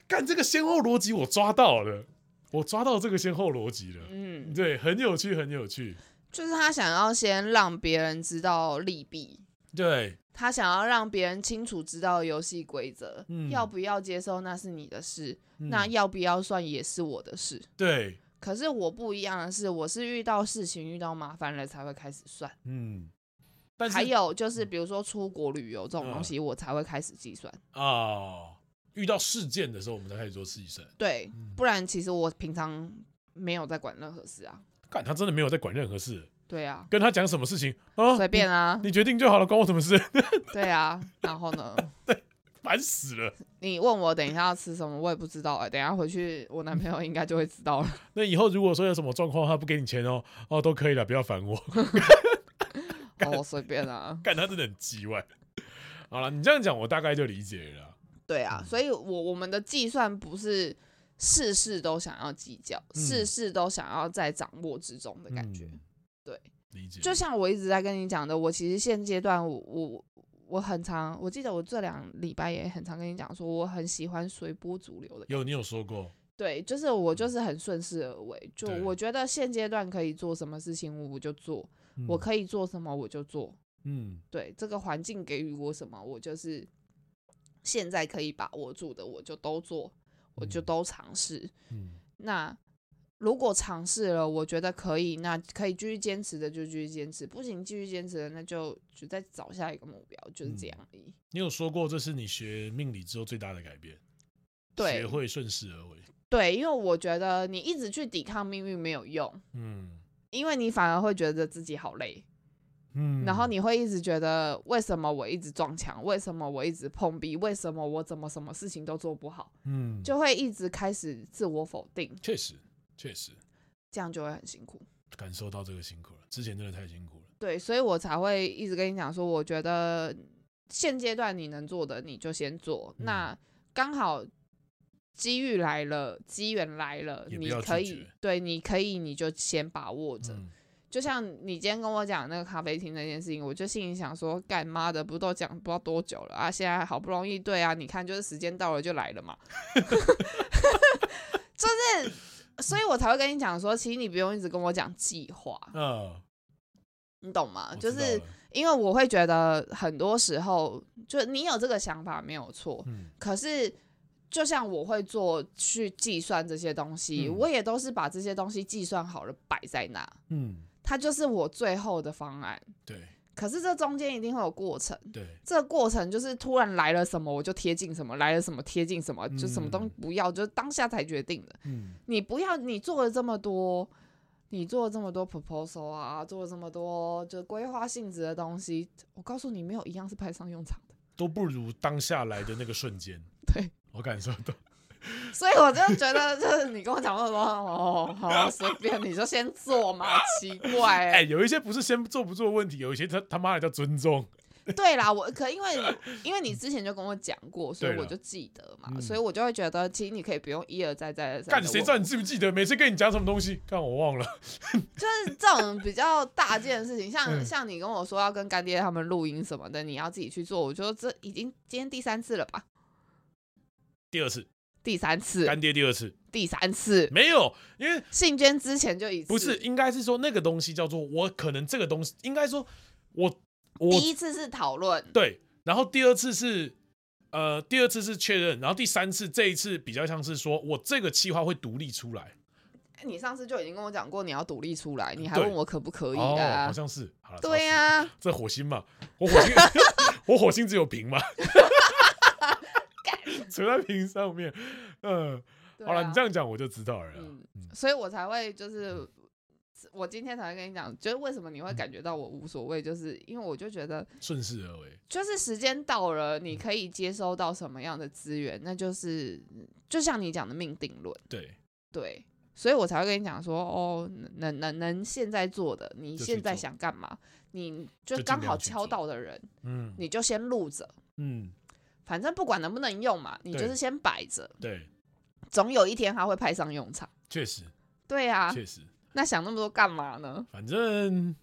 Speaker 2: 干这个先后逻辑，我抓到了，我抓到这个先后逻辑了。
Speaker 1: 嗯，
Speaker 2: 对，很有趣，很有趣。
Speaker 1: 就是他想要先让别人知道利弊，
Speaker 2: 对，
Speaker 1: 他想要让别人清楚知道游戏规则，
Speaker 2: 嗯
Speaker 1: 要不要接受那是你的事，
Speaker 2: 嗯
Speaker 1: 那要不要算也是我的事。
Speaker 2: 对，
Speaker 1: 可是我不一样的是，我是遇到事情、遇到麻烦了才会开始算。
Speaker 2: 嗯，但是嗯
Speaker 1: 还有就是，比如说出国旅游这种东西，我才会开始计算。
Speaker 2: 啊、遇到事件的时候，我们才开始做实习生。
Speaker 1: 对
Speaker 2: 嗯，
Speaker 1: 不然其实我平常没有在管任何事啊。
Speaker 2: 干，他真的没有在管任何事，
Speaker 1: 对啊，
Speaker 2: 跟他讲什么事情啊，
Speaker 1: 随便啊
Speaker 2: 你，，你决定就好了，关我什么事？
Speaker 1: 对啊。然后呢，
Speaker 2: 烦死了。
Speaker 1: 你问我等一下要吃什么，我也不知道、欸。等一下回去，我男朋友应该就会知道了。
Speaker 2: 那以后如果说有什么状况，他不给你钱哦，哦都可以了，不要烦我。
Speaker 1: 哦，随便啊。
Speaker 2: 干，他真的很叽歪。好了，你这样讲，我大概就理解了啦。
Speaker 1: 对啊，所以我我们的计算不是事事都想要计较，
Speaker 2: 嗯
Speaker 1: 事事都想要在掌握之中的感觉。
Speaker 2: 嗯
Speaker 1: 对，
Speaker 2: 理解。
Speaker 1: 就像我一直在跟你讲的，我其实现阶段我我我很常，我记得我这两礼拜也很常跟你讲说，我很喜欢随波逐流的。
Speaker 2: 有你有说过，
Speaker 1: 对，就是我就是很顺势而为，就
Speaker 2: 对
Speaker 1: 我觉得现阶段可以做什么事情我就做，
Speaker 2: 嗯
Speaker 1: 我可以做什么我就做。
Speaker 2: 嗯
Speaker 1: 对，这个环境给予我什么，我就是现在可以把握住的，我就都做，我就
Speaker 2: 嗯
Speaker 1: 都尝试。
Speaker 2: 嗯
Speaker 1: 那如果尝试了，我觉得可以，那可以继续坚持的就继续坚持，不行继续坚持的那就就再找下一个目标，就是这
Speaker 2: 嗯
Speaker 1: 样而已。
Speaker 2: 你有说过，这是你学命理之后最大的改变，
Speaker 1: 对
Speaker 2: 学会顺势而为。
Speaker 1: 对，因为我觉得你一直去抵抗命运没有用，
Speaker 2: 嗯
Speaker 1: 因为你反而会觉得自己好累，
Speaker 2: 嗯，
Speaker 1: 然后你会一直觉得为什么我一直撞墙，为什么我一直碰壁，为什么我怎么什么事情都做不好，
Speaker 2: 嗯，
Speaker 1: 就会一直开始自我否定，
Speaker 2: 确实确实
Speaker 1: 这样就会很辛苦。
Speaker 2: 感受到这个辛苦了，之前真的太辛苦了。
Speaker 1: 对，所以我才会一直跟你讲说，我觉得现阶段你能做的你就先做，
Speaker 2: 嗯
Speaker 1: 那刚好机遇来了，机缘来了，
Speaker 2: 也不
Speaker 1: 你
Speaker 2: 要
Speaker 1: 可
Speaker 2: 拒
Speaker 1: 以
Speaker 2: 绝
Speaker 1: 对，你可以你就先把握着。
Speaker 2: 嗯，
Speaker 1: 就像你今天跟我讲那个咖啡厅那件事情，我就心里想说，干妈的不都讲不知道多久了啊？现在好不容易，对啊，你看就是时间到了就来了 嘛，就是，所以我才会跟你讲说，其实你不用一直跟我讲计划，
Speaker 2: 呃，
Speaker 1: 你懂吗？
Speaker 2: 我
Speaker 1: 就
Speaker 2: 知道
Speaker 1: 是
Speaker 2: 了
Speaker 1: 因为我会觉得很多时候，就你有这个想法没有错，
Speaker 2: 嗯
Speaker 1: 可是。就像我会做去计算这些东西，
Speaker 2: 嗯
Speaker 1: 我也都是把这些东西计算好了摆在那，
Speaker 2: 嗯，
Speaker 1: 它就是我最后的方案。
Speaker 2: 对
Speaker 1: 可是这中间一定会有过程，
Speaker 2: 对，
Speaker 1: 这个过程就是突然来了什么我就贴近什么，来了什么贴近什么，
Speaker 2: 嗯
Speaker 1: 就什么东西不要，就是当下才决定的。
Speaker 2: 嗯
Speaker 1: 你不要，你做了这么多，你做了这么多 proposal 啊，做了这么多就规划性质的东西，我告诉你，没有一样是派上用场的。
Speaker 2: 都不如当下来的那个瞬间，
Speaker 1: 对，
Speaker 2: 我感受 到。
Speaker 1: 所以我就觉得，就是你跟我讲说什么哦，好啊随便，你就先做嘛，奇怪、欸。
Speaker 2: 哎、有一些不是先做不做的问题，有一些他他妈的叫尊重。
Speaker 1: 对啦，我可因为因为你之前就跟我讲过，所以
Speaker 2: 对
Speaker 1: 我
Speaker 2: 啦
Speaker 1: 就记得嘛，
Speaker 2: 嗯
Speaker 1: 所以我就会觉得，其实你可以不用一而再再而三。
Speaker 2: 干谁知道？你记不记得？每次跟你讲什么东西，干我忘了。
Speaker 1: 就是这种比较大件的事情，像、
Speaker 2: 嗯
Speaker 1: 像你跟我说要跟干爹他们录音什么的，你要自己去做。我觉得这已经今天第三次了吧？
Speaker 2: 第二次，
Speaker 1: 第三次，
Speaker 2: 干爹第二次
Speaker 1: 第三次。
Speaker 2: 没有，因为
Speaker 1: 信娟之前就一次，
Speaker 2: 不是，应该是说那个东西叫做我可能这个东西，应该说我我
Speaker 1: 第一次是讨论，
Speaker 2: 对，然后第二次是呃第二次是确认，然后第三次这一次比较像是说我这个计划会独立出来。
Speaker 1: 哎你上次就已经跟我讲过你要独立出来，你还
Speaker 2: 对
Speaker 1: 问我可不可以
Speaker 2: 哦，
Speaker 1: 啊
Speaker 2: 好？像是，好了，
Speaker 1: 对
Speaker 2: 啊，
Speaker 1: 呀、
Speaker 2: 这火星嘛，我 火星我火星只有平嘛，存在平上面，嗯、
Speaker 1: 对啊，
Speaker 2: 好了，你这样讲我就知道了啦。
Speaker 1: 嗯，所以我才会就是我今天才会跟你讲，就是为什么你会
Speaker 2: 嗯
Speaker 1: 感觉到我无所谓，就是因为我就觉得，
Speaker 2: 顺势而为，
Speaker 1: 就是时间到了，你可以接收到什么样的资源，那就是就像你讲的命定论，
Speaker 2: 对，
Speaker 1: 对。所以我才会跟你讲说，哦，能能能现在做的，你
Speaker 2: 就去
Speaker 1: 现在
Speaker 2: 做
Speaker 1: 想干嘛，你就
Speaker 2: 就尽
Speaker 1: 刚好
Speaker 2: 量去
Speaker 1: 敲
Speaker 2: 做
Speaker 1: 到的人，
Speaker 2: 嗯
Speaker 1: 你就先录着，
Speaker 2: 嗯，
Speaker 1: 反正不管能不能用嘛，你就
Speaker 2: 对
Speaker 1: 是先摆着，
Speaker 2: 对，
Speaker 1: 总有一天它会派上用场。
Speaker 2: 确实
Speaker 1: 对啊，
Speaker 2: 确实，
Speaker 1: 那想那么多干嘛呢？
Speaker 2: 反正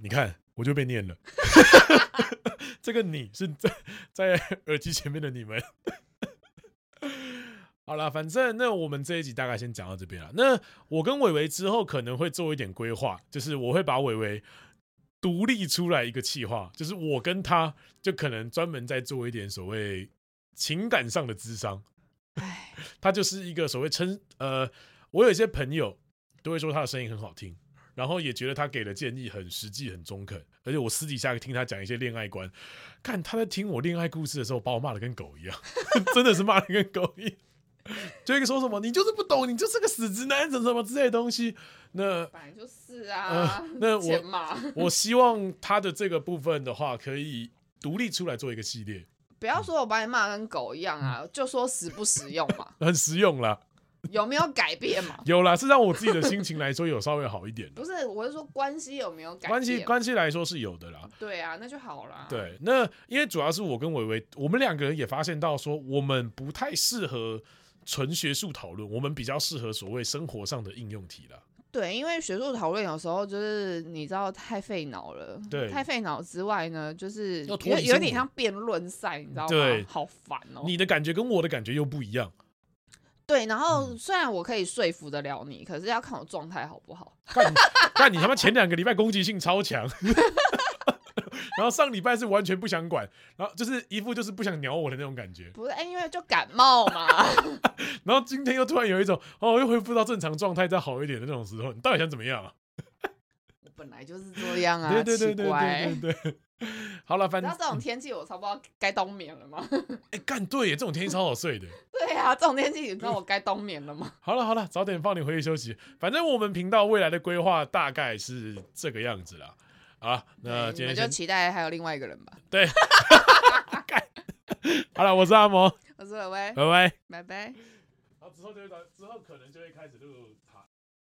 Speaker 2: 你看我就被念了。 这个你是在在耳机前面的你们。 好啦，反正那我们这一集大概先讲到这边了。那我跟伟伟之后可能会做一点规划，就是我会把伟伟独立出来一个企划，就是我跟他就可能专门在做一点所谓情感上的智商。
Speaker 1: 唉，
Speaker 2: 他就是一个所谓称呃，我有一些朋友都会说他的声音很好听，然后也觉得他给的建议很实际、很中肯，而且我私底下听他讲一些恋爱观，看他在听我恋爱故事的时候，把我骂的跟狗一样， 真的是骂的跟狗一样。就一个说什么你就是不懂，你就是个死直男，什么什么之类的东西。那
Speaker 1: 本来就是啊，
Speaker 2: 呃 那我
Speaker 1: 钱嘛，
Speaker 2: 我希望他的这个部分的话，可以独立出来做一个系列，
Speaker 1: 不要说我把你骂跟狗一样啊，就说实不实用嘛，
Speaker 2: 很实用啦。
Speaker 1: 有没有改变嘛？
Speaker 2: 有啦，是让我自己的心情来说有稍微好一点 的
Speaker 1: 不。是，我是说关系有没有改变？
Speaker 2: 关系关系来说是有的啦，
Speaker 1: 对啊，那就好啦。，
Speaker 2: 对，那因为主要是我跟伟伟，我们两个人也发现到说，我们不太适合纯学术讨论，我们比较适合所谓生活上的应用题啦。
Speaker 1: 对，因为学术讨论有时候就是你知道太费脑了，
Speaker 2: 对
Speaker 1: 太费脑之外呢，就是
Speaker 2: 要
Speaker 1: 有
Speaker 2: 脱离
Speaker 1: 有
Speaker 2: 生
Speaker 1: 点
Speaker 2: 活
Speaker 1: 像辩论赛，你知道吗？
Speaker 2: 对
Speaker 1: 好烦哦、
Speaker 2: 你的感觉跟我的感觉又不一样，
Speaker 1: 对，然后
Speaker 2: 嗯
Speaker 1: 虽然我可以说服得了你，可是要看我状态好不好。
Speaker 2: 但但你他妈前两个礼拜攻击性超强， 然后上礼拜是完全不想管，然后就是一副就是不想鸟我的那种感觉，
Speaker 1: 不是，哎、因为就感冒 嘛。
Speaker 2: 然后今天又突然有一种哦又恢复到正常状态再好一点的那种时候，你到底想怎么样啊？
Speaker 1: 本来就是这样啊，
Speaker 2: 对对对对
Speaker 1: 奇怪
Speaker 2: 对对对。 好了，反
Speaker 1: 你知
Speaker 2: 正
Speaker 1: 道这种天气，我差不多该冬眠了吗？
Speaker 2: 哎干对耶，这种天气超好睡的。
Speaker 1: 对啊，这种天气，你知道我该冬眠了吗？
Speaker 2: 好了好了，早点放你回去休息。反正我们频道未来的规划大概是这个样子啦。啊，那
Speaker 1: 对
Speaker 2: 今
Speaker 1: 你
Speaker 2: 天
Speaker 1: 们就
Speaker 2: 先
Speaker 1: 期待还有另外一个人吧。
Speaker 2: 对，好了，我是阿毛，
Speaker 1: 我是伟伟，
Speaker 2: 拜拜。
Speaker 1: 拜拜。
Speaker 2: 好，之后就会找，之后可能就会开始录